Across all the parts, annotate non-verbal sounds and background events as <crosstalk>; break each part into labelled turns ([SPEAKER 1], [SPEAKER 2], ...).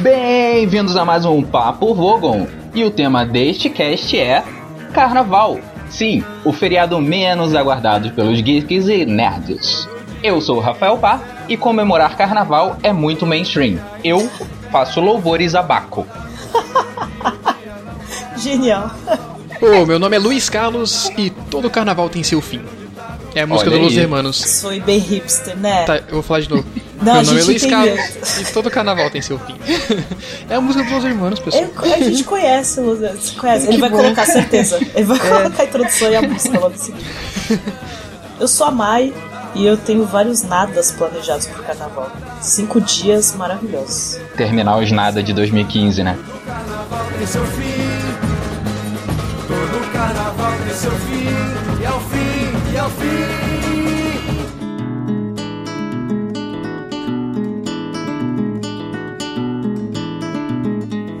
[SPEAKER 1] Bem-vindos a mais um Papo Vogon. E o tema deste cast é Carnaval. Sim, o feriado menos aguardado pelos geeks e nerds. Eu sou o Rafael Pá e comemorar carnaval é muito mainstream. Eu faço louvores a Baco.
[SPEAKER 2] Genial.
[SPEAKER 3] Ô, meu nome é Luiz Carlos e todo carnaval tem seu fim. É a música
[SPEAKER 1] Olha
[SPEAKER 3] do Los
[SPEAKER 1] aí.
[SPEAKER 3] Hermanos.
[SPEAKER 2] Sou bem hipster, né?
[SPEAKER 3] Tá, eu vou falar de novo.
[SPEAKER 2] <laughs> Não, a
[SPEAKER 3] meu nome é
[SPEAKER 2] gente
[SPEAKER 3] Luiz
[SPEAKER 2] entendeu.
[SPEAKER 3] Carlos e todo carnaval tem seu fim. <laughs> é a música dos Los Hermanos, pessoal.
[SPEAKER 2] Ele- a gente conhece o Luzan, se conhece. Ele
[SPEAKER 3] Que
[SPEAKER 2] vai
[SPEAKER 3] bom.
[SPEAKER 2] colocar
[SPEAKER 3] <laughs>
[SPEAKER 2] certeza. Ele vai
[SPEAKER 1] É.
[SPEAKER 2] colocar a introdução e a música logo em seguida. Eu sou a Mai e eu tenho vários nadas planejados pro carnaval. Cinco dias maravilhosos.
[SPEAKER 1] Terminar os nada de 2015, né?
[SPEAKER 4] tem seu fim. Todo carnaval tem seu fim. E ao fim, e ao fim.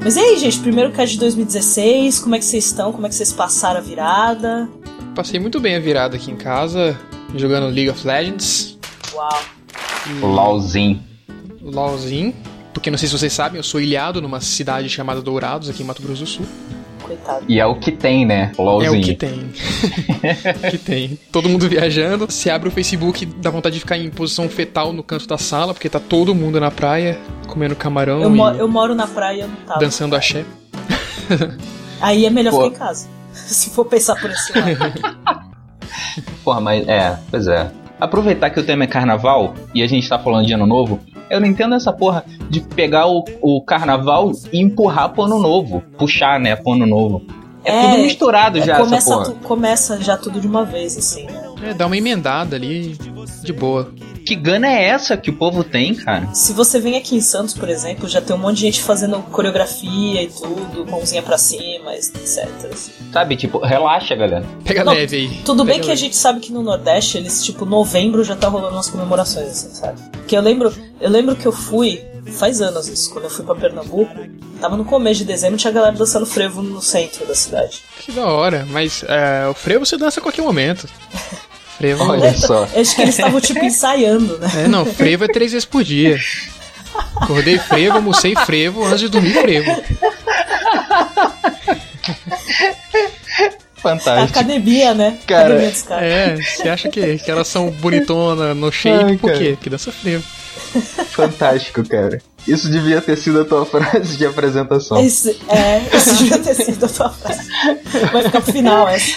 [SPEAKER 2] Mas e aí, gente? Primeiro cast de 2016, como é que vocês estão? Como é que vocês passaram a virada?
[SPEAKER 3] Passei muito bem a virada aqui em casa, jogando League of Legends,
[SPEAKER 2] Uau.
[SPEAKER 1] LOLzinho.
[SPEAKER 3] LOLzinho. Porque não sei se vocês sabem, eu sou ilhado numa cidade chamada Dourados, aqui em Mato Grosso do Sul.
[SPEAKER 2] Coitado.
[SPEAKER 1] E é o que tem, né?
[SPEAKER 3] É
[SPEAKER 1] LOLzinho.
[SPEAKER 3] o que tem. <laughs> que tem. Todo mundo viajando. Se abre o Facebook, dá vontade de ficar em posição fetal no canto da sala, porque tá todo mundo na praia, comendo camarão
[SPEAKER 2] Eu,
[SPEAKER 3] e
[SPEAKER 2] mo- eu moro na praia, eu não tava.
[SPEAKER 3] dançando axé.
[SPEAKER 2] Aí é melhor
[SPEAKER 1] Pô.
[SPEAKER 2] ficar em casa. <laughs> Se for pensar por esse lado.
[SPEAKER 1] Porra, mas é, pois é. Aproveitar que o tema é carnaval e a gente tá falando de ano novo, eu não entendo essa porra de pegar o, o carnaval e empurrar pro ano novo. Puxar, né, pro ano novo. É,
[SPEAKER 2] É,
[SPEAKER 1] tudo misturado <laughs> já, essa
[SPEAKER 2] começa,
[SPEAKER 1] porra.
[SPEAKER 2] tu- começa já tudo de uma vez, assim, né?
[SPEAKER 3] É, dá uma emendada ali, de boa.
[SPEAKER 1] Que gana é essa que o povo tem, cara?
[SPEAKER 2] Se você vem aqui em Santos, por exemplo, já tem um monte de gente fazendo coreografia e tudo, mãozinha pra cima, etc.
[SPEAKER 1] Sabe, tipo, relaxa, galera.
[SPEAKER 3] Pega
[SPEAKER 2] Não,
[SPEAKER 3] leve aí.
[SPEAKER 2] Tudo
[SPEAKER 3] Pega
[SPEAKER 2] bem que a
[SPEAKER 3] leve.
[SPEAKER 2] gente sabe que no Nordeste, eles, tipo, novembro já tá rolando umas comemorações, assim, sabe? Porque eu lembro, eu lembro que eu fui, faz anos isso, quando eu fui pra Pernambuco, tava no começo de dezembro, tinha galera dançando frevo no centro da cidade.
[SPEAKER 3] Que da hora, mas é, o frevo você dança a qualquer momento. Frevo.
[SPEAKER 1] <laughs> Olha só.
[SPEAKER 2] Eu Acho que eles estavam, tipo, ensaiando, né?
[SPEAKER 3] É, não, frevo é três vezes por dia. Acordei frevo, almocei frevo, antes de dormir frevo.
[SPEAKER 2] A
[SPEAKER 1] Fantástico.
[SPEAKER 2] academia, né?
[SPEAKER 1] Cara,
[SPEAKER 2] academia dos caras.
[SPEAKER 3] É, você acha que, que elas são bonitonas no shape?
[SPEAKER 1] Ai,
[SPEAKER 3] por
[SPEAKER 1] cara.
[SPEAKER 3] quê? Porque dança frevo.
[SPEAKER 1] Fantástico, cara. Isso devia ter sido a tua <laughs> frase de apresentação.
[SPEAKER 2] Esse, é, esse devia ter sido a tua frase. Vai ficar pro final essa.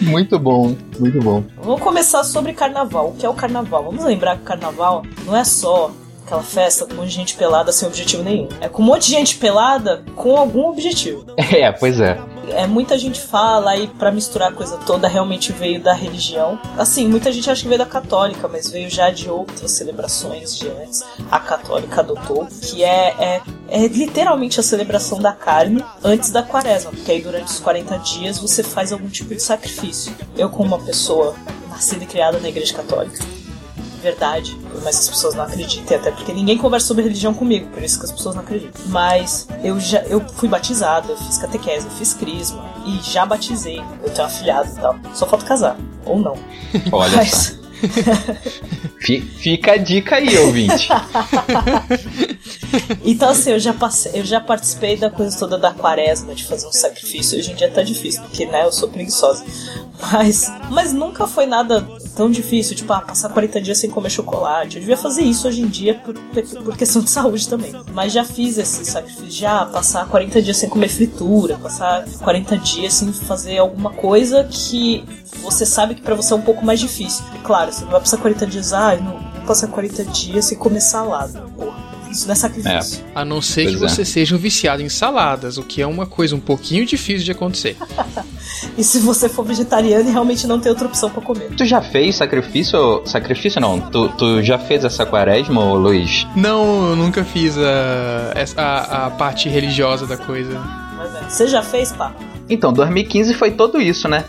[SPEAKER 1] Muito bom, muito bom.
[SPEAKER 2] Vamos começar sobre carnaval. O que é o carnaval? Vamos lembrar que o carnaval não é só aquela festa com um monte de gente pelada sem objetivo nenhum. É com um monte de gente pelada com algum objetivo.
[SPEAKER 1] É, pois é.
[SPEAKER 2] É muita gente fala e pra misturar a coisa toda realmente veio da religião. Assim, muita gente acha que veio da católica, mas veio já de outras celebrações de antes. A católica adotou, que é, é, é literalmente a celebração da carne antes da quaresma, porque aí durante os 40 dias você faz algum tipo de sacrifício. Eu, como uma pessoa nascida e criada na igreja católica, verdade, por mais que as pessoas não acreditem, até porque ninguém conversa sobre religião comigo, por isso que as pessoas não acreditam. Mas eu já eu fui batizada, eu fiz catequese, eu fiz crisma e já batizei. Eu tenho afilhado e tal. Só falta casar. Ou não.
[SPEAKER 1] Olha só.
[SPEAKER 2] Mas,
[SPEAKER 1] Fi- Fica a dica aí, ouvinte.
[SPEAKER 2] então assim, eu já passei, eu já participei da coisa toda da quaresma, de fazer um sacrifício. Hoje em dia tá difícil, porque né, eu sou preguiçosa. Mas, mas nunca foi nada tão difícil, tipo, ah, passar 40 dias sem comer chocolate. Eu devia fazer isso hoje em dia por, por questão de saúde também. Mas já fiz esse sacrifício, já passar 40 dias sem comer fritura, passar 40 dias sem fazer alguma coisa que você sabe que pra você é um pouco mais difícil. E claro, você não vai passar 40 dias, ah, eu não vou passar 40 dias sem comer salada. Porra, isso não é sacrifício.
[SPEAKER 3] A não ser que
[SPEAKER 1] Pois é.
[SPEAKER 3] você seja um viciado em saladas, o que é uma coisa um pouquinho difícil de acontecer.
[SPEAKER 2] E se você for vegetariano e realmente não tem outra opção pra comer.
[SPEAKER 1] Tu já fez sacrifício? Sacrifício não. Tu, tu já fez essa quaresma, ô Luiz?
[SPEAKER 3] Não, eu nunca fiz a, essa- a, a parte religiosa da coisa.
[SPEAKER 2] Mas, né, Você já fez, pá?
[SPEAKER 1] Então, 2015 foi tudo isso,
[SPEAKER 2] <laughs>
[SPEAKER 1] né?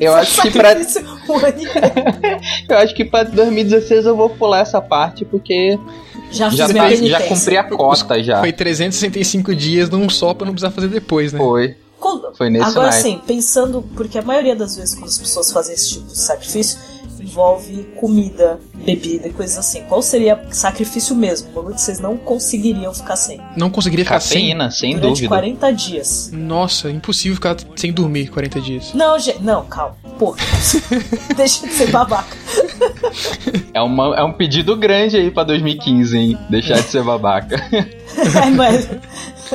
[SPEAKER 1] eu, acho que
[SPEAKER 2] <laughs>
[SPEAKER 1] pra,
[SPEAKER 2] Sacrifício o é um ano inteiro.
[SPEAKER 1] eu acho que pra 2016 eu vou pular essa parte, porque
[SPEAKER 2] Já
[SPEAKER 1] já,
[SPEAKER 2] fiz minha
[SPEAKER 1] fez- já
[SPEAKER 2] penitência.
[SPEAKER 1] cumpri a cota já.
[SPEAKER 3] Foi 365 dias num só pra não precisar fazer depois,
[SPEAKER 2] É.
[SPEAKER 3] né?
[SPEAKER 1] Foi.
[SPEAKER 2] Quando-
[SPEAKER 1] Foi nesse
[SPEAKER 2] Agora
[SPEAKER 1] naipe.
[SPEAKER 2] sim, pensando, porque a maioria das vezes quando as pessoas fazem esse tipo de sacrifício, envolve comida, bebida e coisas assim. Qual seria sacrifício mesmo? Como que vocês não conseguiriam ficar sem?
[SPEAKER 3] Não conseguiria ficar sem.
[SPEAKER 1] Cafeína, sem
[SPEAKER 2] Tá Durante
[SPEAKER 1] dúvida.
[SPEAKER 2] 40 dias.
[SPEAKER 3] Nossa, impossível ficar sem dormir 40 dias.
[SPEAKER 2] Não, gente. Não, calma. Pô, <laughs> deixa de
[SPEAKER 1] <laughs>
[SPEAKER 2] ser babaca.
[SPEAKER 1] É, uma- é um pedido grande aí pra 2015, hein? Deixar de ser babaca.
[SPEAKER 2] <laughs> Ai, mas,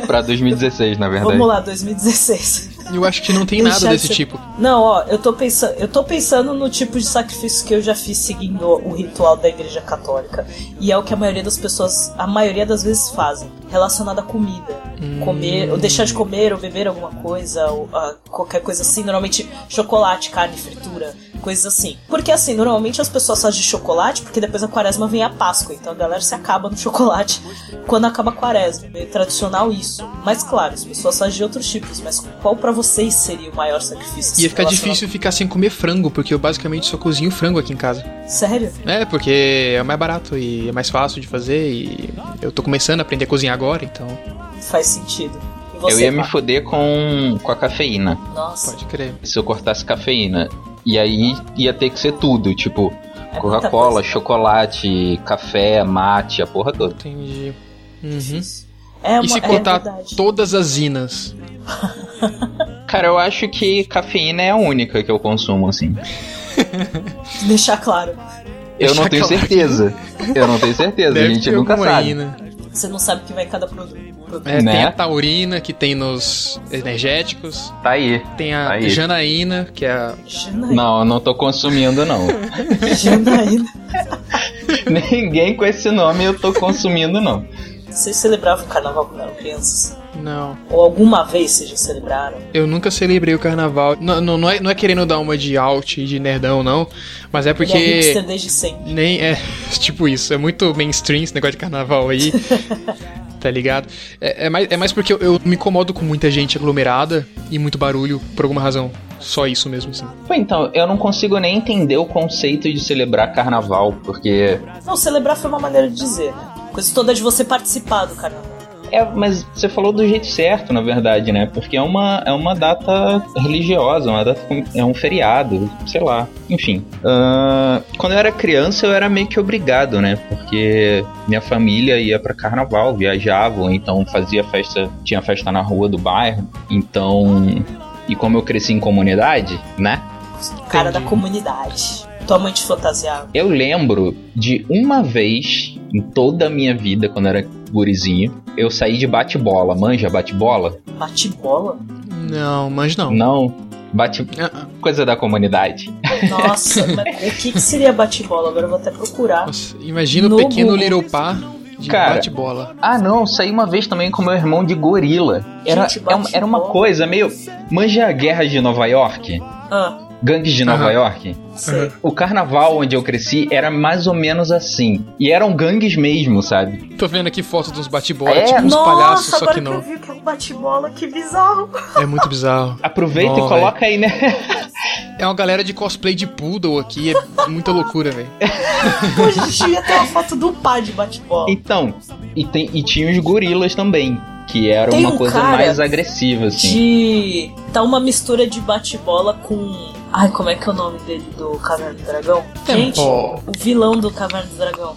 [SPEAKER 1] pra 2016, na verdade.
[SPEAKER 2] vamos lá, 2016.
[SPEAKER 3] Eu acho que não tem
[SPEAKER 2] Deixar
[SPEAKER 3] nada desse
[SPEAKER 2] de ser-
[SPEAKER 3] tipo.
[SPEAKER 2] Não, ó, eu tô pensando, eu tô pensando no tipo de sacrifício que eu já fiz seguindo o ritual da Igreja Católica. E é o que a maioria das pessoas, a maioria das vezes fazem, relacionado à comida. Comer, ou deixar de comer, ou beber alguma coisa, ou ah, qualquer coisa assim, normalmente chocolate, carne, fritura, coisas assim. Porque assim, normalmente as pessoas fazem de chocolate, porque depois a quaresma vem a Páscoa, então a galera se acaba no chocolate <laughs> quando acaba a quaresma. É tradicional isso. Mas claro, as pessoas fazem de outros tipos, mas qual pra vocês seria o maior sacrifício?
[SPEAKER 3] Ia ficar
[SPEAKER 2] relacionado-
[SPEAKER 3] difícil ficar sem comer frango, porque eu basicamente só cozinho frango aqui em casa.
[SPEAKER 2] Sério?
[SPEAKER 3] É, porque é mais barato e é mais fácil de fazer e eu tô começando a aprender a cozinhar agora, então
[SPEAKER 2] Faz sentido. E
[SPEAKER 1] eu
[SPEAKER 2] você,
[SPEAKER 1] ia me
[SPEAKER 2] Marco?
[SPEAKER 1] foder com, com a cafeína.
[SPEAKER 2] Nossa,
[SPEAKER 3] pode crer.
[SPEAKER 1] Se eu cortasse cafeína. E aí ia ter que ser tudo, tipo,
[SPEAKER 2] É muita
[SPEAKER 1] Coca-Cola,
[SPEAKER 2] coisa. né?
[SPEAKER 1] chocolate, café, mate, a porra toda.
[SPEAKER 3] Entendi. Uhum.
[SPEAKER 2] difícil. É uma,
[SPEAKER 3] E se
[SPEAKER 2] é
[SPEAKER 3] cortar
[SPEAKER 2] verdade.
[SPEAKER 3] todas as inas?
[SPEAKER 1] Cara, eu acho que cafeína é a única que eu consumo, assim.
[SPEAKER 2] <laughs> Deixar claro.
[SPEAKER 1] Eu não
[SPEAKER 3] Deixar
[SPEAKER 1] tenho
[SPEAKER 3] claro.
[SPEAKER 1] certeza. Eu não tenho certeza, a
[SPEAKER 3] Deve
[SPEAKER 1] gente
[SPEAKER 3] ter
[SPEAKER 1] nunca
[SPEAKER 3] alguma
[SPEAKER 1] sabe.
[SPEAKER 3] ina.
[SPEAKER 2] Você não sabe o que vai em cada produto.
[SPEAKER 3] É,
[SPEAKER 1] Né?
[SPEAKER 3] Tem a taurina, que tem nos energéticos.
[SPEAKER 1] Tá aí.
[SPEAKER 3] Tem a
[SPEAKER 1] Aí.
[SPEAKER 3] janaína, que é a...
[SPEAKER 2] Janaína.
[SPEAKER 1] Não, eu não tô consumindo, <laughs> não.
[SPEAKER 2] Janaína.
[SPEAKER 1] Ninguém com esse nome eu tô consumindo, não.
[SPEAKER 2] Vocês celebravam o carnaval quando eram crianças?
[SPEAKER 3] Não,
[SPEAKER 2] Ou alguma vez vocês já celebraram?
[SPEAKER 3] eu nunca celebrei o carnaval. Não, não, não é, não é querendo dar uma de alt e de nerdão, não. Mas é
[SPEAKER 2] Ele é
[SPEAKER 3] porque...
[SPEAKER 2] hipster desde sempre.
[SPEAKER 3] Nem é <laughs> tipo isso, é muito mainstream esse negócio de
[SPEAKER 2] <laughs>
[SPEAKER 3] carnaval aí. tá ligado? É, é mais, é mais porque eu, eu me incomodo com muita gente aglomerada e muito barulho, por alguma razão. Só isso mesmo, assim.
[SPEAKER 1] Pô, então, eu não consigo nem entender o conceito de celebrar carnaval, porque.
[SPEAKER 2] Não, celebrar foi uma maneira de dizer, né? Coisa toda de você participar do carnaval.
[SPEAKER 1] É, mas você falou do jeito certo, na verdade, né? Porque é uma, é uma data religiosa, uma data, com- é um feriado, sei lá. Enfim. Ahn, quando eu era criança, eu era meio que obrigado, né? Porque minha família ia pra carnaval, viajavam, então fazia festa, tinha festa na rua do bairro. Então. E como eu cresci em comunidade, né?
[SPEAKER 2] Cara da
[SPEAKER 3] Entendi.
[SPEAKER 2] comunidade. Tua mãe te fantasiava.
[SPEAKER 1] Eu lembro de uma vez em toda a minha vida, quando eu era gurizinho, eu saí de bate-bola. Manja bate-bola?
[SPEAKER 2] Bate bola?
[SPEAKER 3] Não, mas não.
[SPEAKER 1] Não. Bate
[SPEAKER 3] Ah,
[SPEAKER 1] coisa da comunidade.
[SPEAKER 3] <laughs>
[SPEAKER 2] Nossa, mas o que, que seria bate bola? Agora eu vou até
[SPEAKER 3] ah,
[SPEAKER 2] procurar.
[SPEAKER 3] nossa, imagina o
[SPEAKER 2] No
[SPEAKER 3] pequeno
[SPEAKER 2] Google.
[SPEAKER 3] Little Pá de
[SPEAKER 1] Cara.
[SPEAKER 3] bate-bola.
[SPEAKER 1] Ah, não, eu saí uma vez também com meu irmão de gorila. Era,
[SPEAKER 2] Gente,
[SPEAKER 1] é uma- era uma
[SPEAKER 2] bate-bola.
[SPEAKER 1] coisa meio. Manja a guerra de Nova York?
[SPEAKER 2] Ah,
[SPEAKER 1] Gangues de Nova
[SPEAKER 3] Aham.
[SPEAKER 1] York?
[SPEAKER 2] sei.
[SPEAKER 1] O carnaval onde eu cresci era mais ou menos assim. E eram gangues mesmo, sabe?
[SPEAKER 3] Tô vendo aqui fotos dos bate-bola,
[SPEAKER 1] É?
[SPEAKER 3] tipo uns
[SPEAKER 2] Nossa,
[SPEAKER 3] palhaços, só
[SPEAKER 2] agora
[SPEAKER 3] que
[SPEAKER 2] eu
[SPEAKER 3] não.
[SPEAKER 2] vi que é um bate-bola, que bizarro. <laughs>
[SPEAKER 3] É muito bizarro.
[SPEAKER 1] Aproveita
[SPEAKER 3] Bom,
[SPEAKER 1] e coloca aí, né? <laughs>
[SPEAKER 3] É uma galera de cosplay de poodle aqui, é muita loucura, velho.
[SPEAKER 2] Hoje a gente ia ter uma foto do pai de bate-bola.
[SPEAKER 1] Então, e, tem, e tinha os gorilas também, que era
[SPEAKER 2] Tem
[SPEAKER 1] uma
[SPEAKER 2] um
[SPEAKER 1] coisa
[SPEAKER 2] cara
[SPEAKER 1] mais agressiva, assim.
[SPEAKER 2] De. Tá uma mistura de bate-bola com. Ai, como é que é o nome dele do Caverna do Dragão?
[SPEAKER 3] um
[SPEAKER 2] Gente,
[SPEAKER 3] Tempo.
[SPEAKER 2] o vilão do Caverna do Dragão.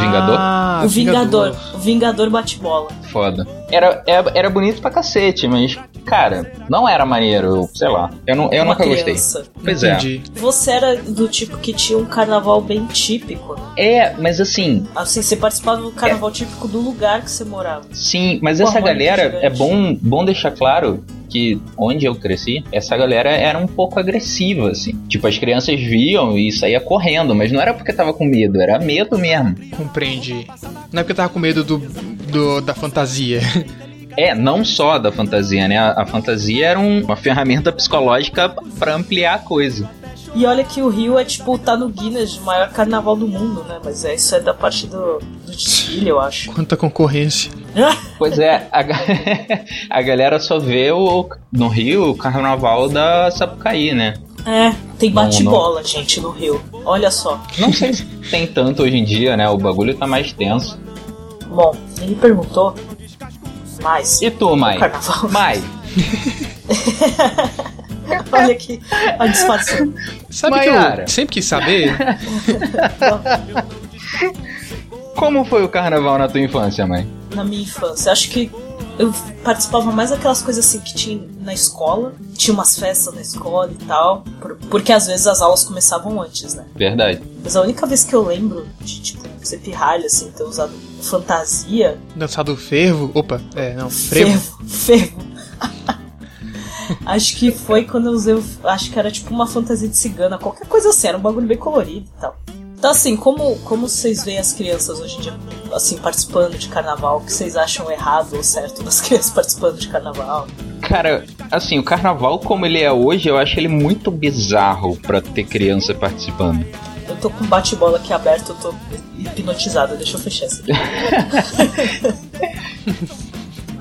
[SPEAKER 1] Vingador?
[SPEAKER 3] Ah,
[SPEAKER 2] o Vingador. O Vingador bate-bola.
[SPEAKER 1] Foda. Era, era, era bonito pra cacete, mas, cara, não era maneiro, eu- sei lá. Eu, não, eu
[SPEAKER 2] Uma
[SPEAKER 1] nunca gostei.
[SPEAKER 2] criança.
[SPEAKER 1] Pois é.
[SPEAKER 3] Entendi.
[SPEAKER 2] Você era do tipo que tinha um carnaval bem típico. né?
[SPEAKER 1] é. É, mas assim,
[SPEAKER 2] Assim, você participava
[SPEAKER 3] É.
[SPEAKER 2] do carnaval típico do lugar que você morava.
[SPEAKER 1] Sim, mas
[SPEAKER 2] Com
[SPEAKER 1] essa
[SPEAKER 2] harmônico
[SPEAKER 1] galera,
[SPEAKER 2] gigante.
[SPEAKER 1] é bom, bom deixar claro que onde eu cresci, essa galera era um pouco agressiva, assim. Tipo, as crianças viam e saía correndo, mas não era porque tava com medo, era medo mesmo.
[SPEAKER 3] Compreendi. Não é porque eu tava com medo do, do- da fantasia. <laughs>
[SPEAKER 1] É, não só da fantasia, né? A, a fantasia era um- uma ferramenta psicológica pra ampliar a coisa.
[SPEAKER 2] E olha que o Rio é tipo, tá no Guinness, o maior carnaval do mundo, né? Mas é isso é da parte do, do desfile, eu acho.
[SPEAKER 3] Quanta concorrência.
[SPEAKER 1] Pois é, a, ga- <laughs> a galera só vê o, no Rio o carnaval da Sapucaí, né?
[SPEAKER 2] É, tem
[SPEAKER 1] Não,
[SPEAKER 2] bate-bola, gente, no Rio. Olha só.
[SPEAKER 1] Não sei se tem tanto hoje em dia, né? O bagulho tá mais tenso.
[SPEAKER 2] Bom, ele perguntou. Mas.
[SPEAKER 1] E tu, Mai?
[SPEAKER 2] Carnaval.
[SPEAKER 1] Mai,
[SPEAKER 2] <laughs> Olha aqui a disfarção.
[SPEAKER 3] Sabe que
[SPEAKER 1] Maiara.
[SPEAKER 3] eu sempre quis saber?
[SPEAKER 2] <laughs>
[SPEAKER 1] Como foi o carnaval na tua infância, mãe?
[SPEAKER 2] na minha infância. Acho que eu participava mais daquelas coisas assim que tinha na escola. Tinha umas festas na escola e tal. por- Porque às vezes as aulas começavam antes, né?
[SPEAKER 1] Verdade.
[SPEAKER 2] Mas a única vez que eu lembro de, tipo, ser pirralho, assim, ter usado fantasia.
[SPEAKER 3] Dançado fervo? Opa, é, não, frevo.
[SPEAKER 2] Fervo. Fervo. acho que foi quando eu usei. o- Acho que era tipo uma fantasia de cigana, qualquer coisa assim, era um bagulho bem colorido e tal. Então, assim, como, como vocês veem as crianças hoje em dia, assim, participando de carnaval? O que vocês acham errado ou certo das <laughs> crianças participando de carnaval?
[SPEAKER 1] Cara, assim, o carnaval como ele é hoje, eu acho ele muito bizarro pra ter criança participando.
[SPEAKER 2] Eu tô com o bate-bola aqui aberto, eu tô hipnotizada, deixa eu fechar isso aqui.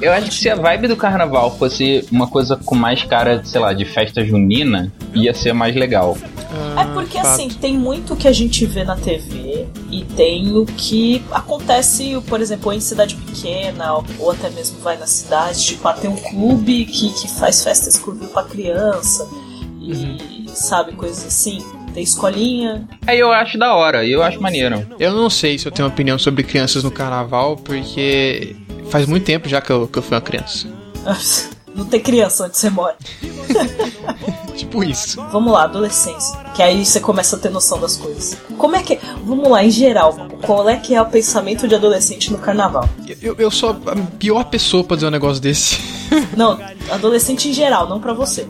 [SPEAKER 1] Eu acho que se a vibe do carnaval fosse uma coisa com mais cara, sei lá, de festa junina, ia ser mais legal.
[SPEAKER 2] É porque
[SPEAKER 3] Ah,
[SPEAKER 2] assim, tem muito que a gente vê na TV e tem o que acontece, por exemplo, em cidade pequena ou até mesmo vai na cidade, tipo, ah, tem um clube que, que faz festa exclusiva pra criança e sabe, coisas assim. Tem escolinha. <laughs>
[SPEAKER 1] Aí eu acho da hora, eu acho maneiro.
[SPEAKER 3] Eu não sei se eu tenho opinião sobre crianças no carnaval, porque faz muito tempo já que eu, que eu fui uma criança. <laughs>
[SPEAKER 2] Não tem criança onde você mora.
[SPEAKER 3] Tipo isso.
[SPEAKER 2] Vamos lá, adolescência. Que aí você começa a ter noção das coisas. Como é que. Vamos lá, em geral, qual é que é o pensamento de adolescente no carnaval?
[SPEAKER 3] Eu, eu sou a pior pessoa pra dizer um negócio desse. <laughs>
[SPEAKER 2] Não, adolescente em geral, não pra você.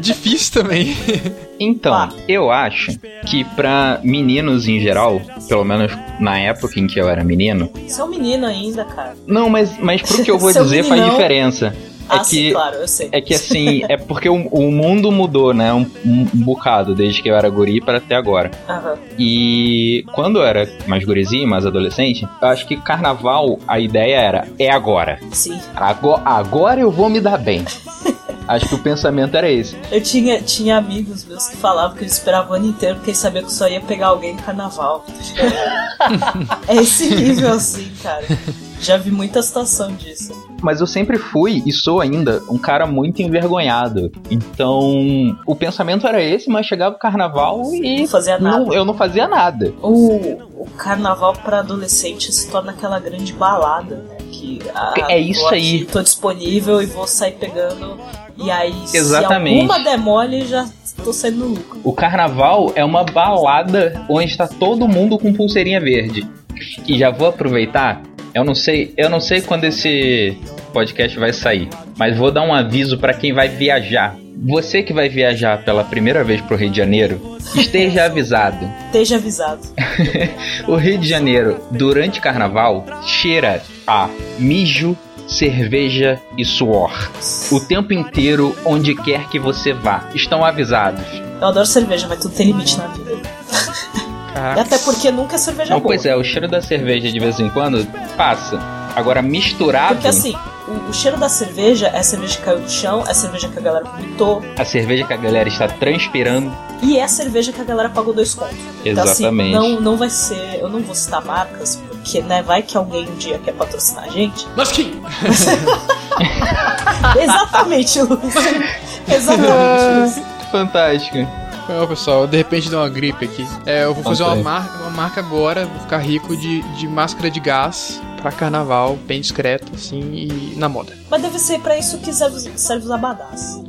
[SPEAKER 3] Difícil também. <laughs>
[SPEAKER 1] Então,
[SPEAKER 2] Ah.
[SPEAKER 1] eu acho que pra meninos em geral, pelo menos na época em que eu era menino,
[SPEAKER 2] Você é um menino ainda, cara.
[SPEAKER 1] não, mas, mas pro que <laughs> eu vou
[SPEAKER 2] Seu
[SPEAKER 1] dizer faz
[SPEAKER 2] meninão.
[SPEAKER 1] diferença.
[SPEAKER 2] Ah,
[SPEAKER 1] é que
[SPEAKER 2] sim, claro, eu sei.
[SPEAKER 1] É que assim, é porque o, o mundo mudou, né? Um, um bocado, desde que eu era guri para até agora.
[SPEAKER 2] Aham.
[SPEAKER 1] E quando eu era mais gurizinho, mais adolescente, eu acho que carnaval, a ideia era, é agora.
[SPEAKER 2] Sim.
[SPEAKER 1] Ago- Agora, eu vou me dar
[SPEAKER 2] <laughs>
[SPEAKER 1] bem. acho que o pensamento era esse.
[SPEAKER 2] Eu tinha, tinha amigos meus que falavam que eles esperavam o ano inteiro porque eles sabiam que só ia pegar alguém
[SPEAKER 1] <laughs>
[SPEAKER 2] no carnaval. é esse nível assim, cara. Já vi muita situação disso.
[SPEAKER 1] Mas eu sempre fui, e sou ainda, um cara muito envergonhado. Então, o pensamento era esse, mas chegava o carnaval e...
[SPEAKER 2] Não fazia nada.
[SPEAKER 1] não- eu não fazia nada.
[SPEAKER 2] O, o carnaval pra adolescente se torna aquela grande balada, né? Que ah,
[SPEAKER 1] É isso
[SPEAKER 2] tô
[SPEAKER 1] aí.
[SPEAKER 2] Tô disponível e vou sair pegando. E aí,
[SPEAKER 1] Exatamente.
[SPEAKER 2] se alguma der mole, já tô saindo no lucro.
[SPEAKER 1] O carnaval é uma balada onde está todo mundo com pulseirinha verde. E já vou aproveitar, eu não sei, eu não sei quando esse podcast vai sair, mas vou dar um aviso para quem vai viajar. Você que vai viajar pela primeira vez pro Rio de Janeiro, esteja avisado.
[SPEAKER 2] Esteja avisado.
[SPEAKER 1] O Rio de Janeiro, durante carnaval, cheira a mijo, cerveja e suor. O tempo inteiro, onde quer que você vá. Estão avisados.
[SPEAKER 2] Eu adoro cerveja, mas tudo tem limite na vida. E
[SPEAKER 3] Caraca.
[SPEAKER 2] até porque nunca é cerveja
[SPEAKER 1] Não,
[SPEAKER 2] boa.
[SPEAKER 1] pois é, o cheiro da cerveja de vez em quando passa. Agora misturado,
[SPEAKER 2] Porque assim, o, o cheiro da cerveja é a cerveja que caiu do chão, é a cerveja que a galera vomitou
[SPEAKER 1] a cerveja que a galera está transpirando.
[SPEAKER 2] e é a cerveja que a galera pagou dois contos. Então, assim,
[SPEAKER 1] Exatamente.
[SPEAKER 2] não, não vai ser. Eu não vou citar marcas, porque né, vai que alguém um dia quer patrocinar a gente.
[SPEAKER 3] Mas que.
[SPEAKER 2] Exatamente, Luiz. Exatamente, Luiz.
[SPEAKER 1] Fantástico.
[SPEAKER 3] Ó, pessoal, de repente deu uma gripe aqui. É, eu vou fazer uma
[SPEAKER 1] Acontece.
[SPEAKER 3] marca, uma marca agora, vou ficar rico de, de máscara de gás pra carnaval, bem discreto, assim, e na moda. <laughs>
[SPEAKER 2] Mas deve ser pra isso que serve, serve os abadás.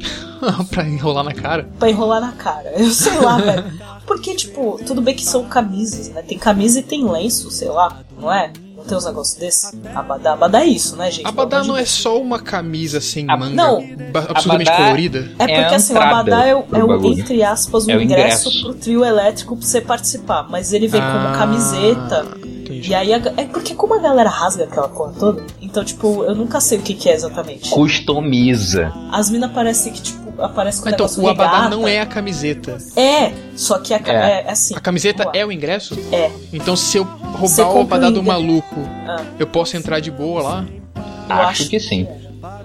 [SPEAKER 3] pra enrolar na cara.
[SPEAKER 2] Pra enrolar na cara. Eu sei lá, velho. Porque, tipo, tudo bem que são camisas, né? Tem camisa e tem lenço, sei lá, não é? Não tem uns negócios desses? Abadá, abadá é isso, né, gente?
[SPEAKER 3] Abadá
[SPEAKER 2] Pelo
[SPEAKER 3] não
[SPEAKER 2] amor
[SPEAKER 3] é só uma camisa sem
[SPEAKER 1] Ah,
[SPEAKER 3] manga
[SPEAKER 2] não.
[SPEAKER 3] ba- absurdamente
[SPEAKER 1] Abadá-
[SPEAKER 3] colorida.
[SPEAKER 2] de- É porque
[SPEAKER 1] é a
[SPEAKER 2] assim, o
[SPEAKER 1] entrada
[SPEAKER 2] Abadá é, o-
[SPEAKER 1] pro
[SPEAKER 2] é o,
[SPEAKER 1] bagulho.
[SPEAKER 2] entre aspas, um
[SPEAKER 1] É o
[SPEAKER 2] ingresso,
[SPEAKER 1] ingresso.
[SPEAKER 2] pro trio elétrico pra você participar. Mas ele vem como
[SPEAKER 3] Ah,
[SPEAKER 2] camiseta.
[SPEAKER 3] Entendi.
[SPEAKER 2] E aí, a ga- é porque como a galera rasga aquela porra toda, então, tipo, eu nunca sei o que, que é exatamente.
[SPEAKER 1] Customiza.
[SPEAKER 2] As minas parecem que, tipo, aparece com
[SPEAKER 3] Ah, então,
[SPEAKER 2] negócio
[SPEAKER 3] o abadá
[SPEAKER 2] regata.
[SPEAKER 3] não é a camiseta.
[SPEAKER 2] É, só que a, ca-
[SPEAKER 1] É.
[SPEAKER 2] é, é assim.
[SPEAKER 3] A camiseta
[SPEAKER 2] Vamos lá.
[SPEAKER 3] é o ingresso?
[SPEAKER 2] É.
[SPEAKER 3] Então, se eu roubar
[SPEAKER 2] Você
[SPEAKER 3] o
[SPEAKER 2] compra
[SPEAKER 3] abadá
[SPEAKER 2] o
[SPEAKER 3] do
[SPEAKER 2] ingresso.
[SPEAKER 3] maluco,
[SPEAKER 2] Ah.
[SPEAKER 3] eu posso entrar de boa lá?
[SPEAKER 2] Eu
[SPEAKER 1] Acho
[SPEAKER 2] acho
[SPEAKER 1] que sim.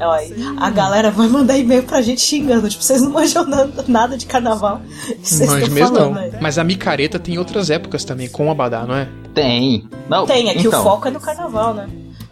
[SPEAKER 2] É, ó, aí a galera vai mandar e-mail pra gente xingando. Tipo, vocês não manjam nada, nada de carnaval. Vocês
[SPEAKER 3] Manjo
[SPEAKER 2] estão
[SPEAKER 3] mesmo
[SPEAKER 2] falando né?
[SPEAKER 3] não.
[SPEAKER 2] aí.
[SPEAKER 3] Mas a micareta tem outras épocas também, com o abadá, não é?
[SPEAKER 1] Tem. Não,
[SPEAKER 2] Tem, aqui
[SPEAKER 1] então,
[SPEAKER 2] o foco é no é carnaval, né?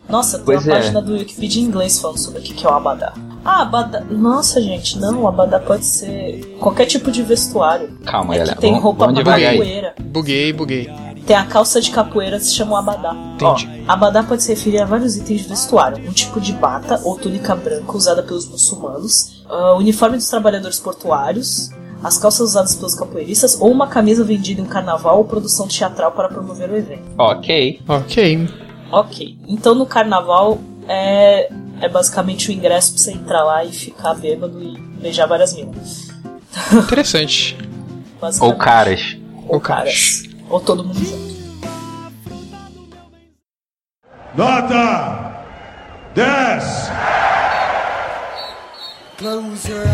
[SPEAKER 2] Nossa, tem
[SPEAKER 1] Pois
[SPEAKER 2] uma
[SPEAKER 1] é.
[SPEAKER 2] página do Wikipedia em inglês falando sobre o que que é o Abadá. Ah, abadá. Nossa, gente, não, abadá pode ser qualquer tipo de vestuário.
[SPEAKER 1] Calma,
[SPEAKER 2] é que
[SPEAKER 1] galera,
[SPEAKER 2] Tem
[SPEAKER 1] vamos-
[SPEAKER 2] roupa
[SPEAKER 1] vamos
[SPEAKER 2] pra
[SPEAKER 1] devagar aí.
[SPEAKER 2] capoeira.
[SPEAKER 3] Buguei, buguei.
[SPEAKER 2] Tem a calça de capoeira que se chama o abadá.
[SPEAKER 3] Entendi.
[SPEAKER 2] Ó, abadá pode se referir a vários itens de vestuário, um tipo de bata ou túnica branca usada pelos muçulmanos, ah, o uniforme dos trabalhadores portuários, as calças usadas pelos capoeiristas ou uma camisa vendida em um carnaval ou produção teatral para promover o evento.
[SPEAKER 1] Ok.
[SPEAKER 3] Ok.
[SPEAKER 2] Ok. Então no carnaval é, é basicamente o ingresso pra você entrar lá e ficar bêbado e beijar várias minas. <laughs>
[SPEAKER 3] Interessante.
[SPEAKER 2] Basicamente.
[SPEAKER 1] Ou caras.
[SPEAKER 2] Ou caras. Ou todo mundo junto.
[SPEAKER 4] Nota 10.
[SPEAKER 5] Close your eyes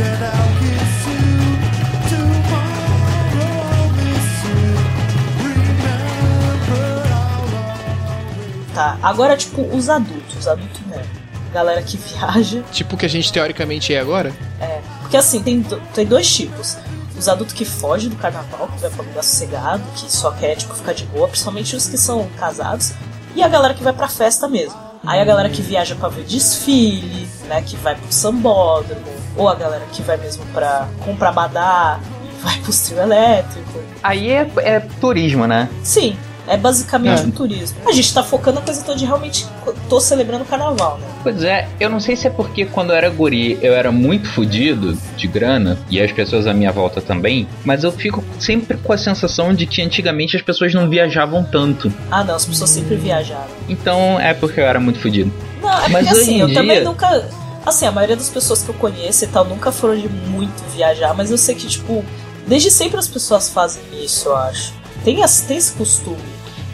[SPEAKER 5] and I'll kiss you. Tomorrow I'll miss you. Remember I'll
[SPEAKER 2] Tá. Agora, tipo, os adultos, adulto mesmo. Galera que <laughs> viaja.
[SPEAKER 3] Tipo o que a gente teoricamente é agora?
[SPEAKER 2] É. Porque assim, tem, do- tem dois tipos. Os adultos que fogem do carnaval, que vai pra um lugar sossegado, que só quer, tipo, ficar de boa, principalmente os que são casados, e a galera que vai pra festa mesmo. Aí a galera que viaja pra ver desfile, né, que vai pro sambódromo, ou a galera que vai mesmo pra comprar badá, e vai pro trio elétrico.
[SPEAKER 1] Aí é, é turismo, né?
[SPEAKER 2] Sim, é basicamente
[SPEAKER 3] É.
[SPEAKER 2] um turismo. A gente tá focando a coisa toda de realmente co- tô celebrando o carnaval, né?
[SPEAKER 1] Pois é, eu não sei se é porque quando eu era guri eu era muito fudido de grana, e as pessoas à minha volta também, mas eu fico sempre com a sensação de que antigamente as pessoas não viajavam tanto.
[SPEAKER 2] Ah não, as pessoas sempre viajaram.
[SPEAKER 1] Então é porque eu era muito fudido.
[SPEAKER 2] Não, é
[SPEAKER 1] Mas
[SPEAKER 2] porque
[SPEAKER 1] hoje
[SPEAKER 2] assim,
[SPEAKER 1] em
[SPEAKER 2] eu também
[SPEAKER 1] dia-
[SPEAKER 2] nunca. Assim, a maioria das pessoas que eu conheço e tal nunca foram de muito viajar, mas eu sei que, tipo, desde sempre as pessoas fazem isso, eu acho. Tem, as, tem esse costume.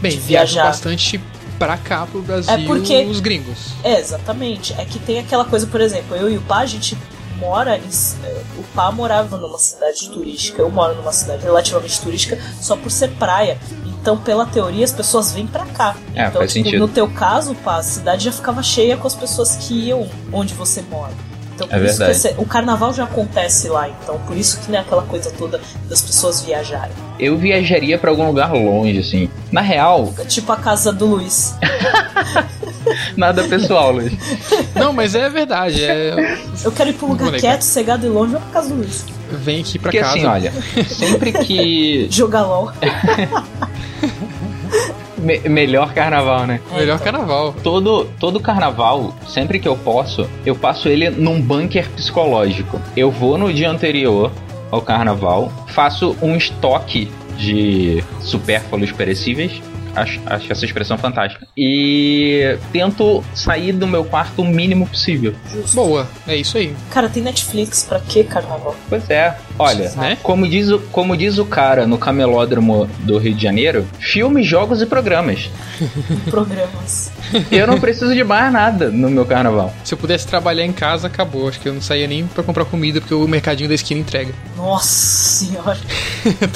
[SPEAKER 3] Bem,
[SPEAKER 2] De
[SPEAKER 3] viajam
[SPEAKER 2] viajar.
[SPEAKER 3] bastante pra cá, pro Brasil,
[SPEAKER 2] É porque-
[SPEAKER 3] os gringos.
[SPEAKER 2] É, exatamente. É que tem aquela coisa, por exemplo, eu e o Pá, a gente mora em. eh, O Pá morava numa cidade turística, eu moro numa cidade relativamente turística, só por ser praia. Então, pela teoria, as pessoas vêm pra cá.
[SPEAKER 1] É,
[SPEAKER 2] então,
[SPEAKER 1] faz
[SPEAKER 2] tipo,
[SPEAKER 1] sentido.
[SPEAKER 2] no teu caso, Pá, a cidade já ficava cheia com as pessoas que iam onde você mora. Então, por
[SPEAKER 1] É
[SPEAKER 2] isso que
[SPEAKER 1] verdade.
[SPEAKER 2] esse- o carnaval já acontece lá, então por isso que não é aquela coisa toda das pessoas viajarem.
[SPEAKER 1] Eu viajaria pra algum lugar longe, assim. Na real,
[SPEAKER 2] É Tipo a casa do Luiz.
[SPEAKER 1] nada pessoal, Luiz.
[SPEAKER 3] Não, mas é verdade. é-
[SPEAKER 2] Eu quero ir pra um lugar
[SPEAKER 3] Moleque.
[SPEAKER 2] quieto, cegado e longe, vou pra casa do Luiz.
[SPEAKER 3] Vem aqui <laughs> pra
[SPEAKER 1] Porque
[SPEAKER 3] casa.
[SPEAKER 1] assim, olha, sempre que.
[SPEAKER 2] Jogar LOL.
[SPEAKER 1] me- melhor carnaval, né?
[SPEAKER 2] É,
[SPEAKER 3] Melhor
[SPEAKER 2] então.
[SPEAKER 3] carnaval.
[SPEAKER 1] Todo, todo carnaval, sempre que eu posso, eu passo ele num bunker psicológico. Eu vou no dia anterior ao carnaval, faço um estoque de supérfluos perecíveis. Acho, acho essa expressão fantástica. E tento sair do meu quarto o mínimo possível.
[SPEAKER 3] Boa, é isso aí.
[SPEAKER 2] Cara, tem Netflix, pra que carnaval?
[SPEAKER 1] Pois é. Olha,
[SPEAKER 3] Né?
[SPEAKER 1] como, diz o, como diz o cara no camelódromo do Rio de Janeiro, filmes, jogos e programas.
[SPEAKER 2] Programas.
[SPEAKER 1] Eu não preciso de mais nada no meu carnaval.
[SPEAKER 3] Se eu pudesse trabalhar em casa, acabou. Acho que eu não saía nem pra comprar comida, porque o mercadinho da esquina entrega. <laughs>
[SPEAKER 2] Nossa senhora,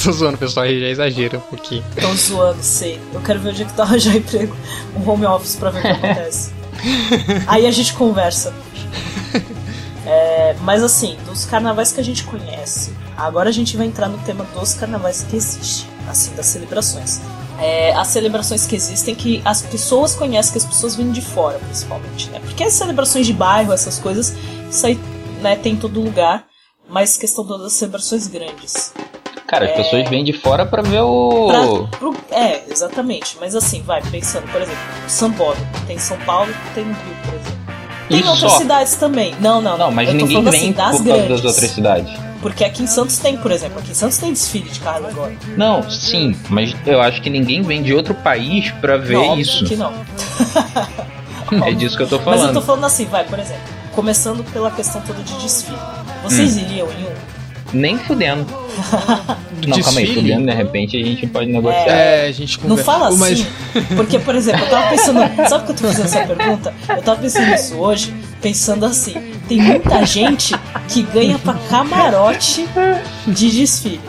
[SPEAKER 3] Tô zoando, pessoal, aí já exagera um pouquinho.
[SPEAKER 2] tô zoando, sei. Eu quero ver o dia que tu arranjar <laughs> emprego, um home office pra ver o que acontece. Aí a gente conversa. É, mas assim, dos carnavais que a gente conhece, agora a gente vai entrar no tema dos carnavais que existem, assim, das celebrações. É, as celebrações que existem que as pessoas conhecem, que as pessoas vêm de fora, principalmente, né? Porque as celebrações de bairro, essas coisas, isso aí né, tem em todo lugar, mas questão das celebrações grandes.
[SPEAKER 1] Cara, as pessoas vêm de fora pra ver o.
[SPEAKER 2] Pra- pro- é, exatamente. Mas assim, vai, pensando, por exemplo, Sambódromo. Tem em São Paulo, tem no Rio, por exemplo. Tem
[SPEAKER 1] E
[SPEAKER 2] em outras
[SPEAKER 1] só.
[SPEAKER 2] cidades também. Não, não,
[SPEAKER 1] Não, mas
[SPEAKER 2] eu tô
[SPEAKER 1] ninguém
[SPEAKER 2] falando,
[SPEAKER 1] vem
[SPEAKER 2] assim,
[SPEAKER 1] por
[SPEAKER 2] das
[SPEAKER 1] causa
[SPEAKER 2] grandes.
[SPEAKER 1] das outras cidades.
[SPEAKER 2] Porque aqui em Santos tem, por exemplo. Aqui em Santos tem desfile de carro agora.
[SPEAKER 1] Não, sim, mas eu acho que ninguém vem de outro país pra ver
[SPEAKER 2] não, óbvio
[SPEAKER 1] isso. <laughs>
[SPEAKER 2] que não.
[SPEAKER 1] É disso que eu tô
[SPEAKER 2] Mas eu
[SPEAKER 1] falando.
[SPEAKER 2] tô falando assim, vai, por exemplo. Começando pela questão toda de desfile. Vocês
[SPEAKER 1] Hum.
[SPEAKER 2] iriam em um?
[SPEAKER 1] Nem fudendo.
[SPEAKER 3] Do
[SPEAKER 1] não, calma aí,
[SPEAKER 3] desfile?
[SPEAKER 1] fudendo, de repente a gente pode negociar.
[SPEAKER 3] É, a gente
[SPEAKER 2] Não
[SPEAKER 3] conversa.
[SPEAKER 2] fala assim,
[SPEAKER 3] Mas-
[SPEAKER 2] porque, por exemplo, eu tava pensando. Sabe por que eu tô fazendo essa pergunta? Eu tava pensando nisso hoje, pensando assim: tem muita gente que ganha pra camarote de desfile.